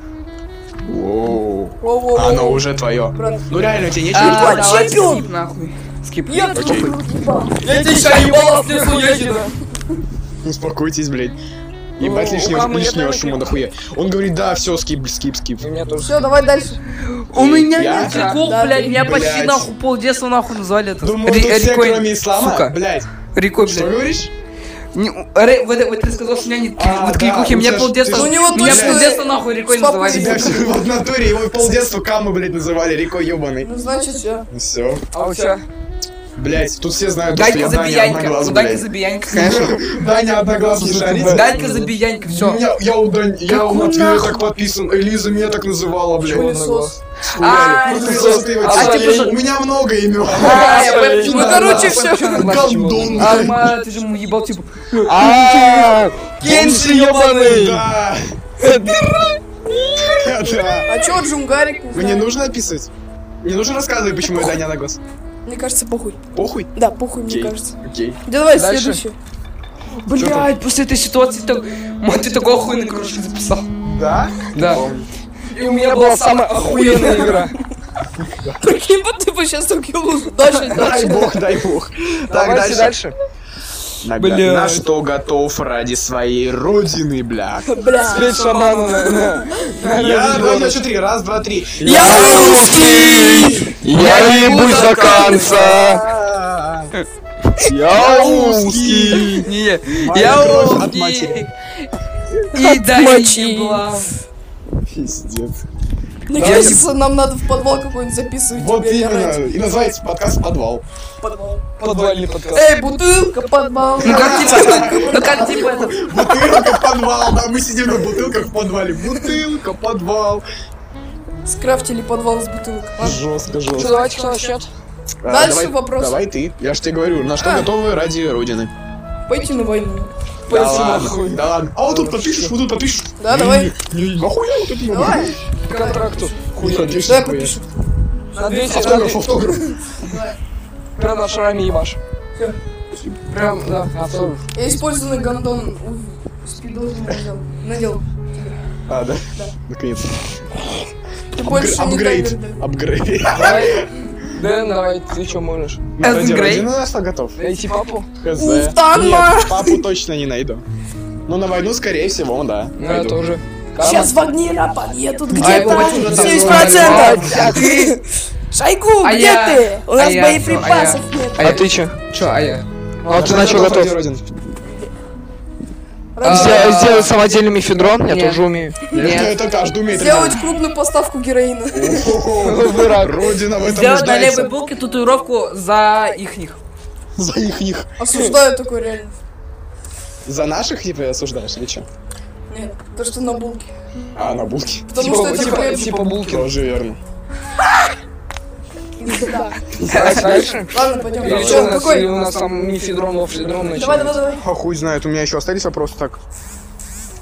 Воу. А, Оно Воу-воу-воу. уже твое. Брат. Ну реально, у тебя нечего? А, давайте чемпион. скип нахуй. Скип. Я тут Окей. ебал. Я тебя ебала слезу, я тебя. Успокойтесь, блядь. Ебать Ну, лишнего, камы нет, лишнего наверное, шума клип. нахуя. Он говорит, да, все, скип, скип, скип. У меня тоже. Все, давай дальше. У меня Я? нет кликов, Да, блядь, ты, меня почти блядь. нахуй полдетства нахуй назвали это. Думаю, Ри- тут все, рекой- кроме ислама, Сука, блядь. рекой, Что блядь. говоришь? Не, у- Ре- вот, вот ты сказал, что у меня нет А, кли- вот да, кликухи, у меня тебя ж- полдетства, ты ж- У него меня точно- полдетства нахуй рекой с папой называли. тебя Тебя все в натуре, его полдетства камы, блядь, называли рекой ебаный. Ну, значит, все. Все. А у тебя? Блять, тут все знают, то, что Данька я Даня Забиянька, одноглаз, у Даньки блядь. Забиянька, конечно. Даня одноглаз не шарит. Данька Забиянька, все. Я, я у Дань, я у Матвея так подписан, Элиза меня так называла, блядь. Пылесос. А, Ну, ты Элиза. сос, ты вот А, сидишь. типа, У меня много имен. Ну, короче, все. Гандон. Алма, ты же ему ебал, типа, Кенши ебаный! Да. Да. А чё Джунгарик? Не Мне знаю. нужно описывать? Не нужно рассказывать, почему я Даня одноглаз? Мне кажется, похуй. Похуй? Да, похуй, мне Окей. кажется. Окей. Да давай Дальше. следующую. блядь, после этой ситуации, так, мать, ты такой охуенный, короче, записал. Да? Да. И у меня была самая охуенная игра. Прикинь, вот ты бы сейчас так ебал. Дальше, Дай дальше. бог, дай бог. Так, дальше. Давайте дальше. На- Блядь. На что готов ради своей родины, бля. Бля. Петь шамана, наверное. Я, два, я, еще три, раз, два, три. Я русский! Я ебусь до конца! Я русский! Не, Моя я кровь от умный. матери. И да, мочи. не была. Пиздец. Мне Давай. кажется, нам надо в подвал какой-нибудь записывать. Вот тебя, именно. орать. И называется подкаст «Подвал». Подвал. Подвальный подкаст. Эй, бутылка, подвал. Ну как типа, ну как типа это, Бутылка, подвал. Да, мы сидим на бутылках в подвале. Бутылка, подвал. Скрафтили подвал из бутылок. Ладно. Жестко, Что, жестко. давайте кто начнет? А, Дальше давай- вопрос. Давай ты. Я ж тебе говорю, на что А. готовы ради родины. Пойти на войну. Да ладно, да ладно. А вот тут подпишешь, вот тут подпишешь. Да, давай. Не, Охуел вот этим. Давай. К контракту. Хуя, Давай подпишу. На 200 Автограф, рублей. автограф. Прям на шраме ебашь. Прям, да, автограф. Я использованный гондон у- спидоза надел. Надел. А, да? Наконец. Ты больше не Апгрейд. дайвер, да. Апгрейд. Давай. Дэн, давай, ты что можешь? Элвин Грей? Я готов. Найти папу? Хз. Уф, там, а! Нет, папу точно не найду. Ну, на войну, скорее всего, да. Ну, я пойду. тоже. Сейчас в огне я подъеду его где-то. мать уже там 70%! Шойгу, А А где я- ты? У а нас я- боеприпасов нет. а я, ты че? чё, а я? А ты Я на что готов, готов? ради родин. А, Сдел- Сделать самодельный мифедрон? Я Нет. тоже умею. Это Нет. Ну, это каждый умеет. Сделать крупную поставку героина. ребята. Родина в этом Сделать на нуждается. левой булке татуировку за ихних. За их них. Осуждаю такое реально. За наших, типа, осуждаешь или что? Нет, то, что на булке. А, на булки. Потому Типа- что это типа- хлеб. Типа Булкин. Тоже верно. Да. Давайте Дальше? Ладно, пойдем. Или Чё, что у нас, какой? или у нас там мифедрон, лофедрон Давай, давай, давай. А хуй знает, у меня еще остались вопросы так.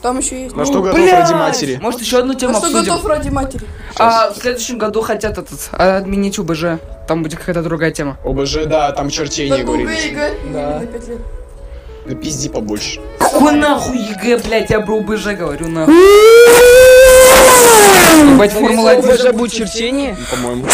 Там еще есть. На что готов ради матери? Может, еще одну тему На что обсудим? готов ради матери? А, в следующем году хотят этот, а, отменить УБЖ. Там будет какая-то другая тема. ОБЖ, да, там чертей не Как у говорили. Гейга, Да. на пять лет. Да пизди побольше. Какой нахуй ЕГЭ, блядь, я про УБЖ говорю, нахуй. Ебать, Формула-1. ОБЖ будет чертение? По-моему.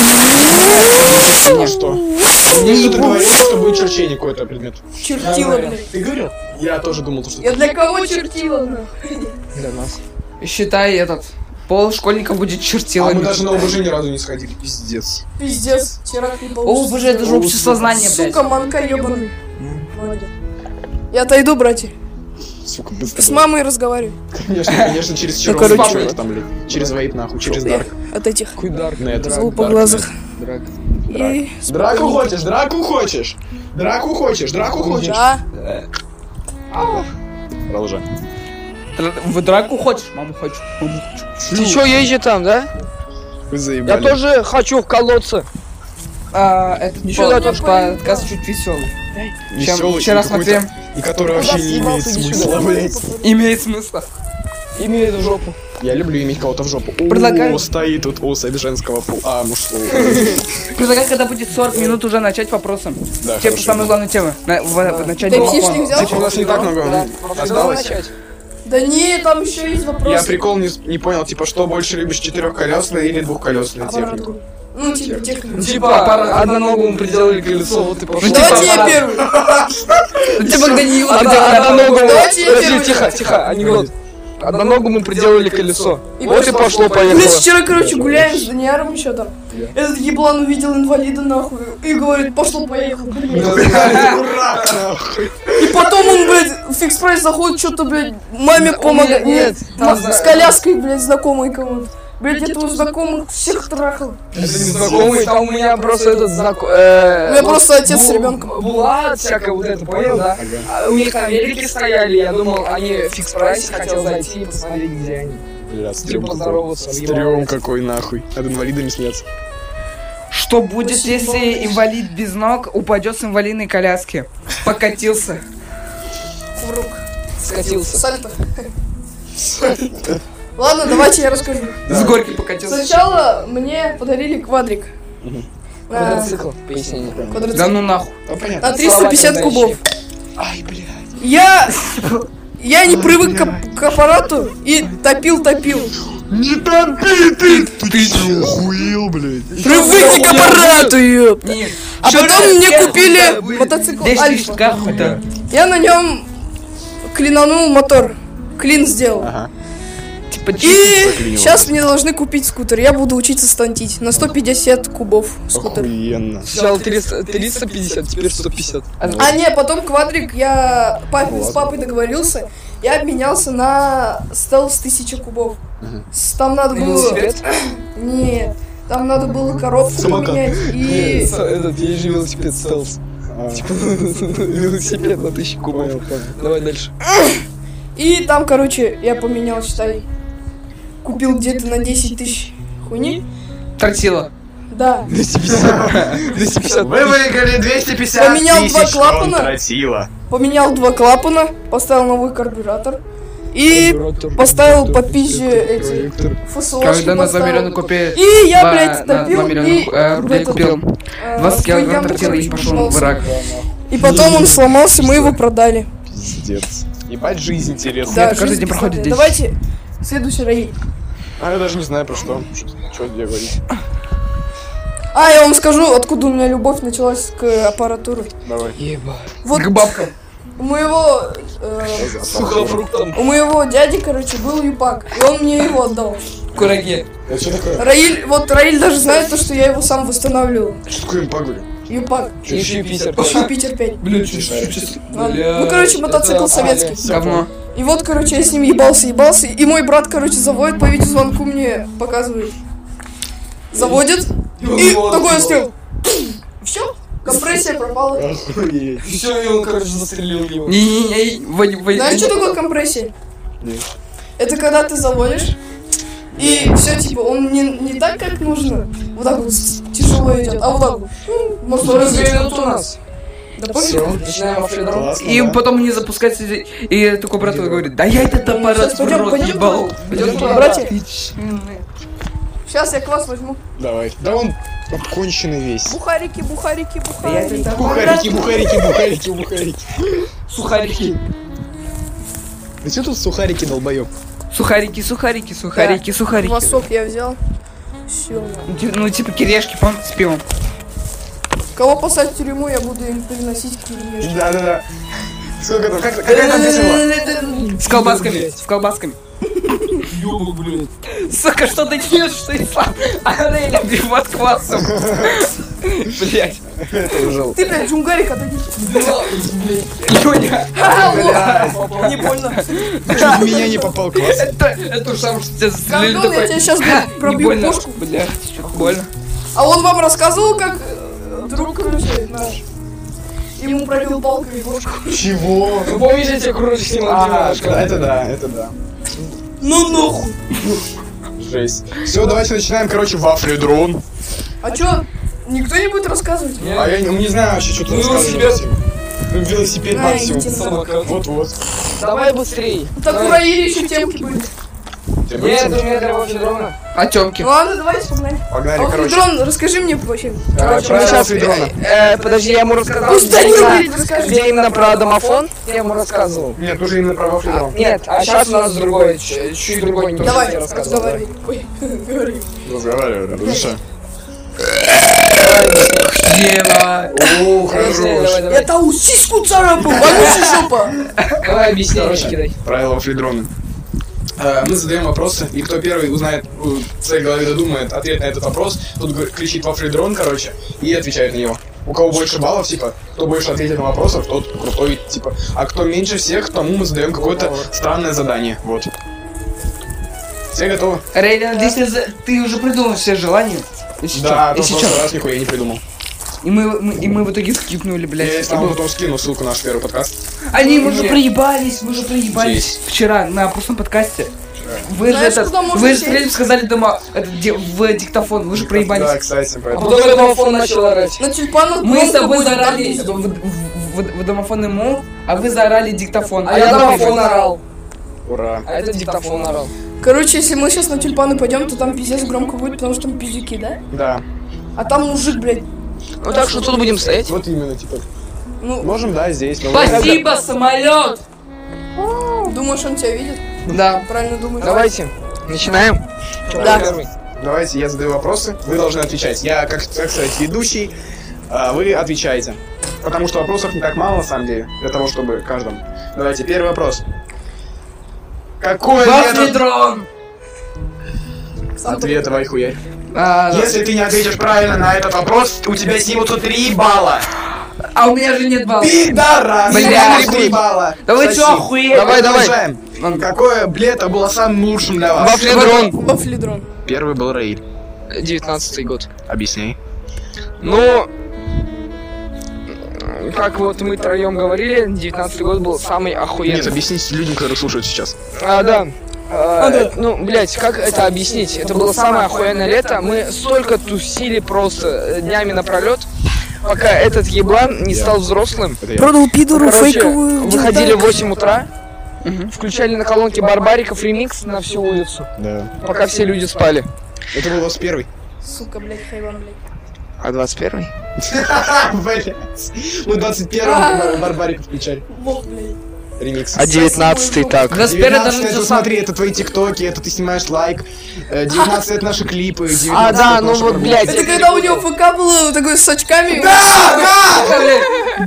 Ну что? Мне что-то говорил, что будет черчение какой-то предмет. Чертила, блядь. Ты говорил? Я тоже думал, что... Я для кого чертила, нахуй? Для нас. Считай этот. Пол школьника будет А мы чертилами. даже на ОБЖ ни разу не сходили. Пиздец. Пиздец, вчера не О, получится. боже, это же общее сознание, блядь. Сука, манка ебаный. Молодец. Я отойду, братья. Сука, С быстро. мамой разговариваю. Конечно, конечно, через Ну, черного короче, чё это там, блядь. Через вейп, нахуй, через дарк. От этих Какой дар. На это. глупоглазых. Драк. И... Драку хочешь, драку хочешь! Драку хочешь, драку хочешь! Да. Продолжай. В драку хочешь? Маму хочу. Ты чё езжи там, да? Вы Я заебали. тоже хочу в колодце. А, это Ничего, пол- да, тоже подкаст чуть веселый. Чем Весёлый вчера какой-то, смотрим, И который Куда вообще не съебал имеет ты, ничего? смысла, блядь. имеет смысл. Имеет в жопу. Я люблю иметь кого-то в жопу. Предлагаю- О, стоит тут особь женского пола. А, мужского. Предлагаю, когда будет 40 минут, уже начать вопросом. Да, Тема самой хорошо. главной темы. На- в- в- Начать Ты марафон. псишник Типа у взял? нас не так много Давай осталось. начать. Да не, там еще есть Я вопросы. прикол не, не понял, типа, что больше любишь, четырехколесный или двухколесный технику? Аппаратуру. Ну, типа, техника. Типа, пара, одна ногу ему приделали колесо, вот и пошел. Давайте я первый. Типа Даниила, Одна, одна ногу ему... Давайте я Подожди, первый. тихо, тихо, анекдот. Одна ногу ему приделали колесо. Вот и пошло, Мы поехало. вчера, короче, гуляем с Даниаром еще там. Этот еблан увидел инвалида нахуй и говорит, пошло, поехал, блядь. Дурак, нахуй. И потом он, блядь, в фикс прайс заходит, что-то, блядь, маме Да, у помогает. меня нет, ма- там за- с коляской, блядь, знакомый кому-то. Блядь, этого знакомых всех трахал. Это не знакомый, там у меня просто этот э, знакомый... У меня просто отец с ребенком. Булат, всякое вот это, понял, да? А У них там велики стояли, я думал, они в фикс прайсе, хотел зайти и посмотреть, где они. Бля, Стрём стрём какой. поздоровался, Стрём въебалось. какой нахуй. Над инвалидами смеяться. Что будет, если инвалид без ног упадет с инвалидной коляски? Покатился. Урок. Скатился. Сальто. Ладно, давайте я расскажу. С горки покатился. Сначала мне подарили квадрик. А, Мотоцикл, пояснение. квадроцикл. Да ну нахуй. На 350 Слова А, кубов. Ай, блядь. Я... Я не привык к, к аппарату и топил-топил. Не топи ты! Ты чё, охуел, блядь? Привыкни к аппарату, ёп. Нет. А Чё потом ты- мне я- купили мотоцикл Да ты ж Альфа. какой-то. Я на нем клинанул мотор. Клин сделал. Типа И сейчас мне должны купить скутер. Я буду учиться стантить. На 150 кубов скутер. Охуенно. Сначала 300, 350, теперь 150. А не, потом квадрик, я пап- с папой договорился, я обменялся на стелс тысячи кубов. С- Там надо было... Велосипед? Нет, там надо было коробку Самокат. поменять и... С- Э, Этот, есть же велосипед стелс. Типа, велосипед на 1000 кубов. Давай дальше. И там, короче, я поменял, считай, купил где-то на 10 тысяч хуйни. Тортила. Да. 250. 250. Вы выиграли 250 Поменял два тысяч крон клапана. тротила. Поменял два клапана, поставил новый карбюратор и Карбюратор, поставил карбюратор, по пизде карбюратор, эти проектор. ФСОшки Когда на 2 поставил. миллиона купили... И я, два- блядь, на 2 топил и... миллиона э, рублей этот, купил э, 20 в яму, килограмм тортила и короче, пошел в пошёл. Ирак. И потом он сломался, мы его продали. Пиздец. Ебать, жизнь интересная. Да, это каждый жизнь день проходит пиздатая. здесь. Давайте следующий район. А я даже не знаю про что. Что тебе говорить? А, я вам скажу, откуда у меня любовь началась к э, аппаратуре. Давай. Вот К бабкам. у моего... э, Сухофруктом. у моего дяди, короче, был юпак, и он мне его отдал. Кураги. Это что такое? Раиль, вот Раиль даже знает то, что я его сам восстанавливал. Что такое импагули? Юпак, Еще и Питер. Юпитер 5. Блин, чё- чё- чё- чё- Ладно. блядь. Ну, короче, мотоцикл советский. Говно. И вот, короче, я с ним ебался, ебался. И мой брат, короче, заводит по видеозвонку мне показывает. Заводит. И такое сделал. Все, компрессия пропала. Охуеть. Все, и он, короче, застрелил его. Не-не-не, вой- вой- Знаешь, что такое компрессия? Нет. Это когда ты заводишь, и все, типа, он не, не так, как нужно. Вот так вот с- тяжело идет, а вот так вот. м, Можно развернуть. минут у нас. Да Все, пофиг. начинаем оффлидром. Классно, И да? потом не запускается, и- и такой брат говорит, да я этот аппарат Ну, Сейчас в пойдем, рот пойдем, ебал. пойдем, Блядь. братья. Ты чё, блядь? Сейчас я класс возьму. Давай. Да он обконченный весь. Бухарики, бухарики, бухарики. Бухарики, бухарики, бухарики, бухарики. Сухарики. Да что тут сухарики, долбоёб? Сухарики, сухарики, сухарики, сухарики. Квасок я взял. Все. Ну, ти- Ну, типа кирешки, пом, с пивом. Кого посадить в тюрьму, я буду им приносить кирешки. Да-да-да. Сколько там? Как, какая там весела? С колбасками, с колбасками. Ёбок, блядь. Сука, что ты делаешь, что ли, сам? Ареля бьет квасом. Блять. Ты, блядь, джунгарик отойди. Юня, Не больно. Чуть в меня не попал класс. это, это уж сам, что тебя застрелили Гордон, я тебя такой. сейчас, блядь, Не пробью больно, кошку. блядь, чё, больно. А он вам рассказывал, как э, друг, короче, наш, ему пробил палкой бошку? Чего? Вы помните, я тебе кружок снимал А, немножко? это да, это да. Ну нахуй! Жесть. Все, давайте начинаем, короче, вафли дрон. А чё, никто не будет рассказывать? А я не, ну, не знаю вообще, что ты Ну, рассказываешь. Ну, Велосипед Да, максимум. интересно. Самокат. Вот-вот. Давай быстрей. Так у Раири еще темки были. Тебе Нет, будет у меня для оффлидрона. А Тёмки? Ну ладно, давайте погнали. А Погнали, вот, короче. Дрон, расскажи мне вообще. Давай, короче, Правила Фидрона. А Э, Подожди, я ему рассказал. Ну, стань где умнее, именно- расскажи. Где именно про домофон, я ему рассказывал. Нет, уже именно про вафли дрон. Нет, а сейчас у нас другое, ч- чуть другой не Давай, рассказывал. разговаривай. Ой, говори. Разговаривай, разрешай. Дима. О, Давай, давай, давай. Это усиску царапал, вонючая жопа. Давай объяснение кидай. Правила фридрона. Э, Мы задаем вопросы, и кто первый узнает, э, в своей голове додумает ответ на этот вопрос, тут говорит- кричит во фридрон, короче, и отвечает на него. У кого больше баллов, типа, кто больше ответит на вопросов, тот крутой, типа. А кто меньше всех, тому мы задаем какое-то странное задание. Вот. Все готовы? Реально, если за- ты уже придумал все желания. И сейчас. Да, а и то в прошлый сейчас. раз нихуя не придумал. И мы, мы- и мы в итоге скипнули, блядь. Я это вам было. потом скину ссылку на наш первый подкаст. Они, мы же Нет. проебались, мы же проебались Здесь. вчера на прошлом подкасте. Вы Ну, а же Знаешь, этот, куда можно вы же сесть? третьим сказали дома, это, ди- в диктофон, вы же Да, проебались. кстати, А поэтому... потом я домофон начал орать. На тюльпанах Мы с громко тобой будет, так заорали пиздец. в, в- в- в домофон ему, а вы заорали диктофон. А я домофон проебалась. орал. Ура. А это диктофон орал. Короче, если мы сейчас на тюльпаны пойдем, то там пиздец громко будет, потому что там пиздюки, да? Да. А там мужик, блядь, Ну так что тут будем стоять. Вот именно, типа. ну, Можем, да, здесь. но- Спасибо, самолет! думаешь, он тебя видит? Да. Правильно думаешь? Давайте, начинаем. Да. Первый. Давайте я задаю вопросы, вы должны отвечать. Я, как, так сказать, ведущий, а вы отвечаете. Потому что вопросов не так мало, на самом деле, для того, чтобы каждому. Давайте, первый вопрос. Какой Бафли метод... дрон! Сам Ответ, давай хуярь. А, Если ты не ответишь правильно на этот вопрос, у тебя снимутся 3 балла. а у меня же нет балла. Пидорас! Бля, Снимут три балла. Да вы Соси. чё, охуели? Давай, давай. Продолжаем. Какое блето было самым лучшим для вас? Вафлидрон. такой Бафлидрон. Первый был Раиль. 19 год. Объясняй. Ну, как вот мы троем говорили, 19 год был самый Нет, охуенный. объясните людям, которые слушают сейчас. А, да. А, э, ну, блять, как это объяснить? Это было самое охуенное лето. Мы столько тусили просто э, днями напролет, пока этот еблан не стал взрослым. Ну, Это я. Продал пидору Короче, выходили в 8 утра, включали на колонке Барбариков ремикс на всю улицу, Да. пока все люди спали. Это был у вас первый. Сука, блядь, хайван, блядь. А 21 Блядь. Мы А. 21-м Барбарика включали. Бог, блядь. Ремикс. А 19 так. Да сперва даже 19 это за- смотри, это твои тиктоки, это ты снимаешь лайк. Э, 19 это наши клипы. 19 А, да, это ну наша вот, прогулка. блядь. Это когда у него ПК было такой с очками. Да!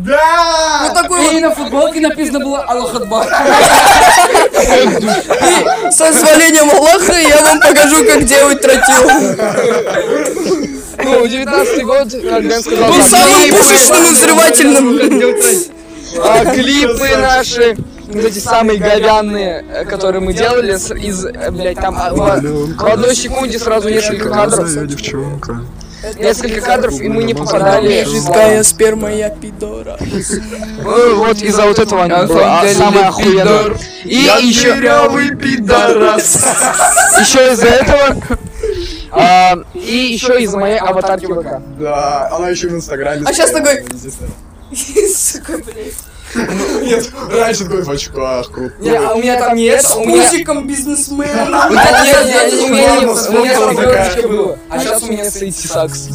Да! Вот такой вот И на футболке написано было Аллах Акбар». И со изволением Аллаха я вам покажу, как делать тротил. Ну, 19 год, как Дэн сказал, Был там самым клипы, пушечным и взрывательным. а, клипы наши, вот эти самые говянные, э, которые мы делали с- из, э, блядь, там а, в, в одной секунде сразу несколько кадров, девчонка. несколько кадров, и мы не попадали. Жидкая сперма, я пидора. Э, Вот из-за вот этого они на были, самом а, деле самое не охуенное. пидор. И еще... пидорас. Еще из-за этого. а, и еще из моей аватарки ВК. Да, она еще и в Инстаграме. А сейчас стояла, такой- естественно. Сука, блядь. Нет, раньше такой в очках, круто. Не, а у меня там нет, С у меня... пузиком бизнесмена. А Вот это нет, я не- у меня не- Мама у меня там такая. девочка была. А сейчас у меня стоит Типа, сисакс.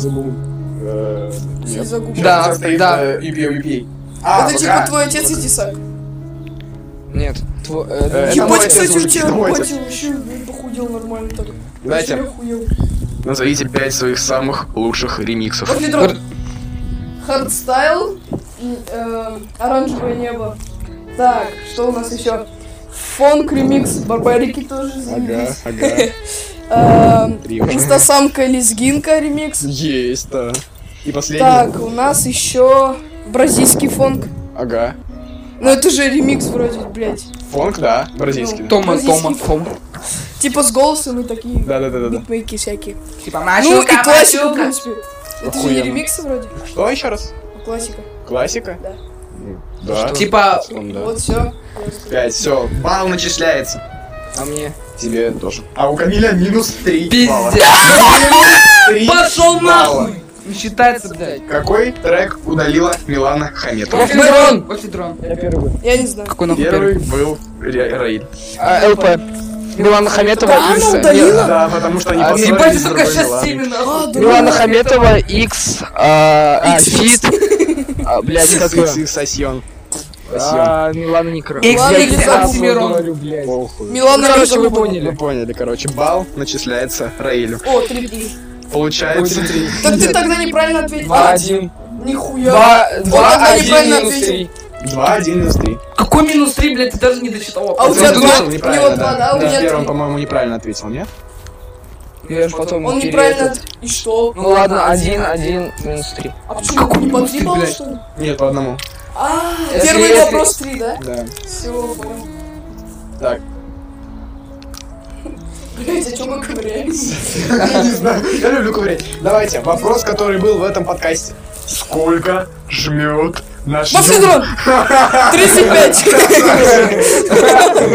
Э, Я загуглю. Да, сейчас стоит, да. э, EPO, EPO. А, Это ВК. типа твой отец и тесак. Нет. тво- э, Э, это мой Ебать, отец кстати, у уже. тебя Твой батя вообще похудел нормально так. Знаете, Вообще охуел. Назовите 5 своих самых лучших ремиксов. Вот ведро. Хардстайл, м, эм, оранжевое небо. Так, что у нас еще? Фонк ремикс, барбарики тоже Ага, заебись. ага. Эм, Три уже. Инстасамка лезгинка ремикс. Есть, да. И последний. Так, у нас еще бразильский фонк. Ага. Ну это же ремикс вроде, блядь. Фонк, да, бразильский. Тома, Бразильский. Тома, Тома. Типа с голосом и такие Да-да-да-да. битмейки всякие. Типа, Ну и Машука, классика, в Машука. принципе. Это же не Охуенно. ремиксы вроде, Что еще раз? а классика. Классика? Да. М, Да. Типа, Потом, да. Вот все. Пять, все, балл начисляется. А мне? Тебе тоже. А у Камиля минус три балла. пиздец. Три Пошел балла. нахуй! Не считается, блядь. Какой трек удалила Милана Хаметова? Бафлидрон! Бафлидрон. Я первый был. Я не знаю. Какой нахуй первый? Первый был Ре- Раиль. А, ЛП. Милана Хаметова. Да, Икс. она удалила? Да, потому что они А, поссорились Ебать, с сука, другой сейчас Миланой. семь нахуй. А, да. Милана Хаметова, X, а, а, Фит, а, блядь, как её? Сосьон. Сосьон. А, Милана Никро. Икс, Ладно, Икс, Лиза, Оксимирон. Похуй. Милана Короче, Риза вы выдала. поняли. Вы поняли, короче, балл начисляется Раилю. О, три три. Получается, Так ты тогда неправильно ответил. Два, А, один. Нихуя. Два, два, тогда один, неправильно минус ответил. три. 2, 1 минус 3. Какой минус 3, блядь, ты даже не дочитал. А у тебя Просто два? думал, у него два, да, у меня В первом, три. по-моему, неправильно ответил, нет? Я же потом... Он пере- неправильно... этот. от- И что? Ну ладно, один, один, минус три. А почему? Не по три балла, что ли? Нет, по одному. А, Если- первый если- вопрос три, да? Да. Все, понял. Так. Блять, а чё мы ковырялись? Не знаю, я люблю ковырять. Давайте, вопрос, который был в этом подкасте. Сколько жмет наш Пошли, дрон! 35!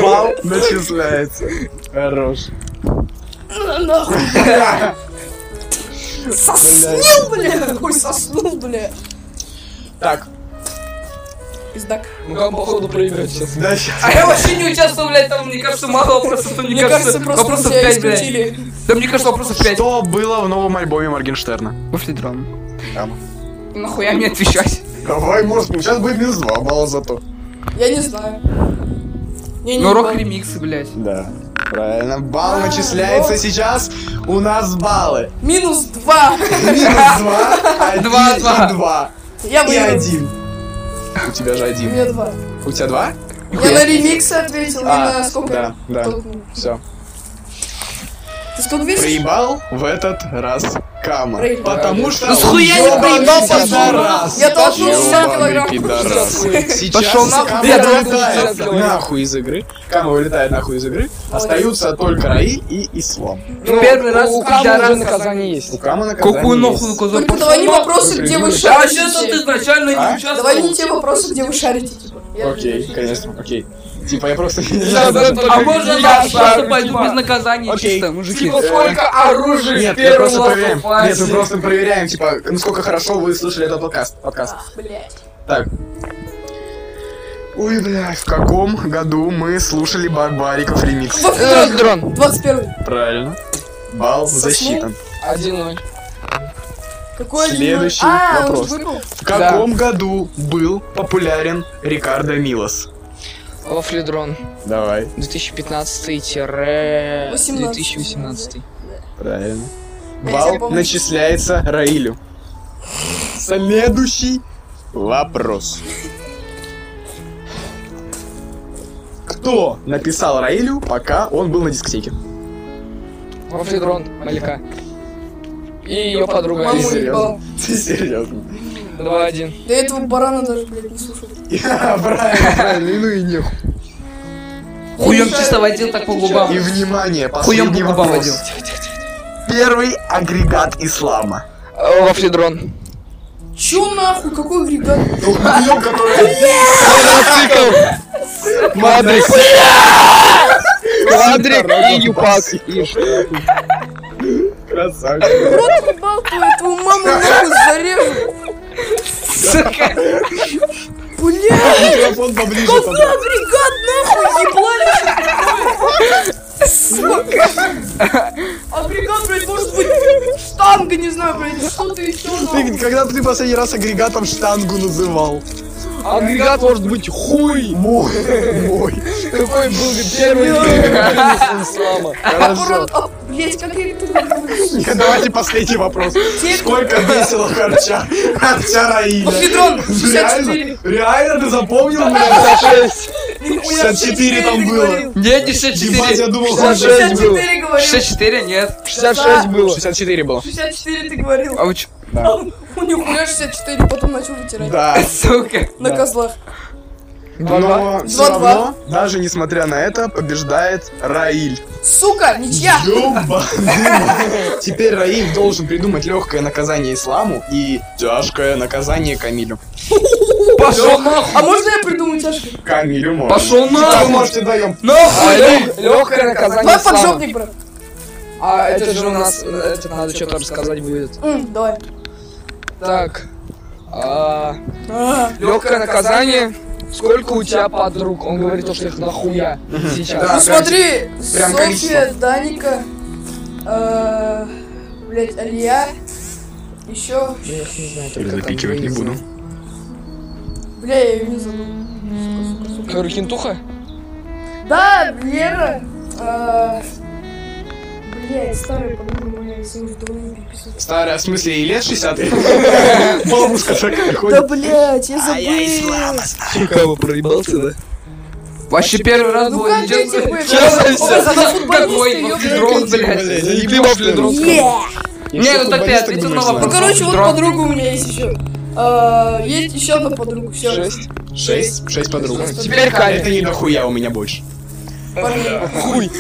Бал начисляется. Хорош. Нахуй! Соснил, бля! Ой, соснул, бля! Так, Пиздак. Ну там, походу, проиграть сейчас. да, сейчас. А я вообще не участвовал, блядь, там, мне кажется, мало вопросов, там, мне, Мне кажется, просто вопросов тебя 5, блядь. исключили. Да мне кажется, вопросов 5. Что было в новом альбоме Моргенштерна? Пошли драм. Драм. Нахуя мне отвечать? Давай, может, сейчас будет минус 2 балла зато. Я не знаю. Я не Ну, ебал. рок-ремиксы, блядь. Да. Правильно, балл начисляется сейчас. У нас баллы. Минус два. Минус 2, 1 Два, два. и 2. Я И выиграл. 1. У тебя же У 1. меня два. У тебя 2? Я на ремиксы ответил, и А, на сколько? да, да. Толкнул. Все. Ты сколько весишь? Проебал в этот раз Кама. Проебал. Потому что... Ну, схуя я не он проебал, ёбаный пошёл нахуй. пидорас. Я толкнул Ёбаный 60 килограмм. пидорас. Сейчас Пошёл нахуй, Кама я толкнул вылетает 60 килограмм. нахуй из игры. Кама вылетает нахуй из игры. Остаются только Раи и Ислам. Ну, Первый раз у когда Камы уже раз- наказание есть. У Кама наказание Какую есть. нахуй указал? Только Типа, давай не вопросы, где вы Да, сейчас шарите. ты изначально А? не участвовал. Давай не те вопросы, где вы шарите. типа. Я- Окей, конечно, окей. Типа я просто... А можно Я я просто шарю, пойду типа. без наказания Окей. чисто, мужики? Типа, сколько оружия Нет, в мы первом просто проверяем. ластопасе? Нет, мы просто проверяем, типа, насколько хорошо вы слышали этот подкаст. подкаст. Блядь. Так. Ой, блядь, в каком году мы слушали Барбариков ремикс? Вот Э, дрон. Дрон. 21. Правильно. Бал засчитан. Один ноль. Какой один? Следующий а, он вопрос. выпал? В каком году был популярен Рикардо Милос? Вафли дрон. Давай. 2015-2018. Правильно. Я тебя Бал помню. начисляется Раилю. Следующий вопрос. Кто написал Раилю, пока он был на дискотеке? Вафли дрон. Малика. И ее подруга. Мамуль. Ты Маму Алиса. ебал. серьезно? Ты серьезно? Два один. Я этого барана даже, блядь, не слушал. Правильно, правильно, ну и нехуй. Хуем чисто водил так по губам. И внимание, Хуем по последний губам водил. вопрос. Первый агрегат ислама. Вафли дрон. Чё нахуй? Какой агрегат? Хуем, который... Мадрик. Мадрик и Юпак. Красавчик. Рот ебал твою, твою маму нахуй зарежу. Сука. Блядь, Микрофон поближе. какой агрегат нахуй? Еблали что такое? Сука. Агрегат, блядь, может быть, штанга, не знаю, блядь, что-то еще нахуй. Ты- Когда ты последний раз агрегатом штангу называл? Агрегат может быть хуй. Мой, мой. Какой был первый из ислама. Хорошо. А, Блядь, как я это... Нет, Давайте последний вопрос. Сколько весело харча? Харча Раиля. Пафидрон, Реально? 64. Реально ты запомнил, блядь? 64 там было. Нет, Ебать, не я 64. думал, Шестьдесят харча. 64 говорил. 64, нет. 66 было. 64 было. 64 ты говорил. А вы чё? У нихуя 64, потом начал вытирать. Да. Сука. На Да. козлах. Но все Два-два. равно, даже несмотря на это, побеждает Раиль. Сука, ничья! Ёбаный. Теперь Раиль должен придумать легкое наказание исламу и тяжкое наказание Камилю. Пошел нахуй. А можно я придумаю тяжко? Камилю можно. Пошел Вы нахуй. можете даем. Нахуй. Легкое наказание Давай ислама. поджопник, брат. А это же у нас, э, это надо что-то рассказать будет. М, давай. Так. А, Легкое наказание. Сколько у тебя подруг? Он говорит то, что их нахуя Да. Ну сейчас. смотри, прям Софья, Даника, э, блять, Алия, еще, Я их не знаю, только там Запикивать не две буду. из них. бля, я ее не забыл. Сука, сука, сука. Корухинтуха? Да, Лера, э, блин, а, Блядь, старая подруга моя с ним вдвоем переписывается. Старая, в смысле, и лет 60? Бабушка такая Да, ходит. блядь, я А, забыл. Чикаго проебался, да? Вообще первый раз Ну был как ты, нечестно. типа, Честно, за какой дрон, блядь. Я не Ты понимаю, вообще что дрон. Yeah. Не, ну так ты ответил на Ну, вопрос. короче, вот Дрон. подруга у меня есть еще. А, Есть еще одна подруга, все. Шесть. Шесть, шесть подруг. Теперь Это Харри. не дохуя у меня больше. Хуй.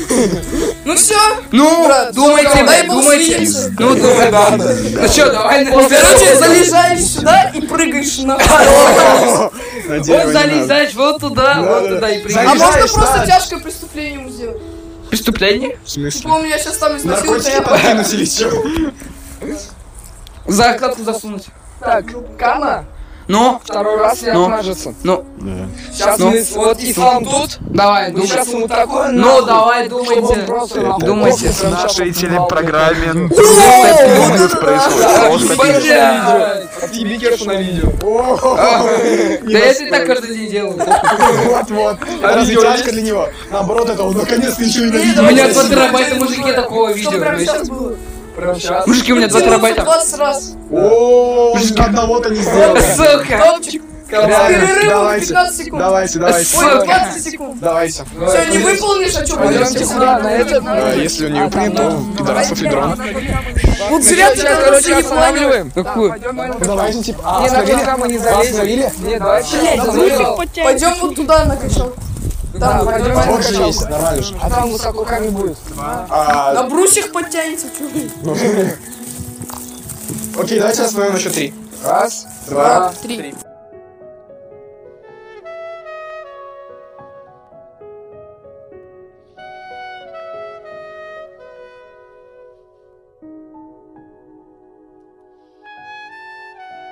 Ну все, Ну, брат, думайте, дай блядь, бог думайте. свидимся. Ну, думай, да. Ну что, давай на Короче, залезаешь сюда и прыгаешь на А На дерево Вот не надо. залезаешь вот туда, Да, вот да. туда и А приезжаешь. Залезаешь, можно да. просто тяжкое преступление сделать? Преступление? В смысле? Типа у меня сейчас там изнасилуют, а Наркотики я потом- подкинуть или что? За откладку засунуть. Так, Кама, Ну, второй раз не Ну. отмажется. ну, Сейчас Ну. мы, с- вот Ислам тут, давай, ну думай. сейчас ему такое Ну, нахуй, давай, чтобы он думайте. просто нахуй Думайте. просто прям сейчас упал, телепрограмме блядь. происходит. Ебать, Блядь. я видео. Тебе Керш на видео. Да я это так каждый день делаю. Вот-вот. Это развитяшка для него. Наоборот, это он наконец-то ничего не У давай. навидел. меня 2 терабайта мужики такого видео. Что прямо блядь. сейчас было? Прям сейчас. Мужики, у меня 2 Тянулся терабайта. 20 раз. О, одного-то не сделал. Сука. Топчик. С перерывом 15 секунд. Давайте, давайте. Ой, Сука. 20 секунд. Давайте. Все, не выполнишь, а что Пойдемте куда, на этот? Да, если у нее принт, то пидорасов и дрон. Вот зря ты Сейчас, короче, короче, не планил. останавливаем. Какую? Давайте, типа, Не, на Кама мы не залезли. Нет, давай сейчас. остановим. Пойдем вот туда на качок. Да, Там, пойдем пойдем. на вот же качалку. есть, нормально же. А там высоко камень будет. На А, брусьях подтянется, чё вы? Окей, давайте остановим на счет три. Раз, Два, Три.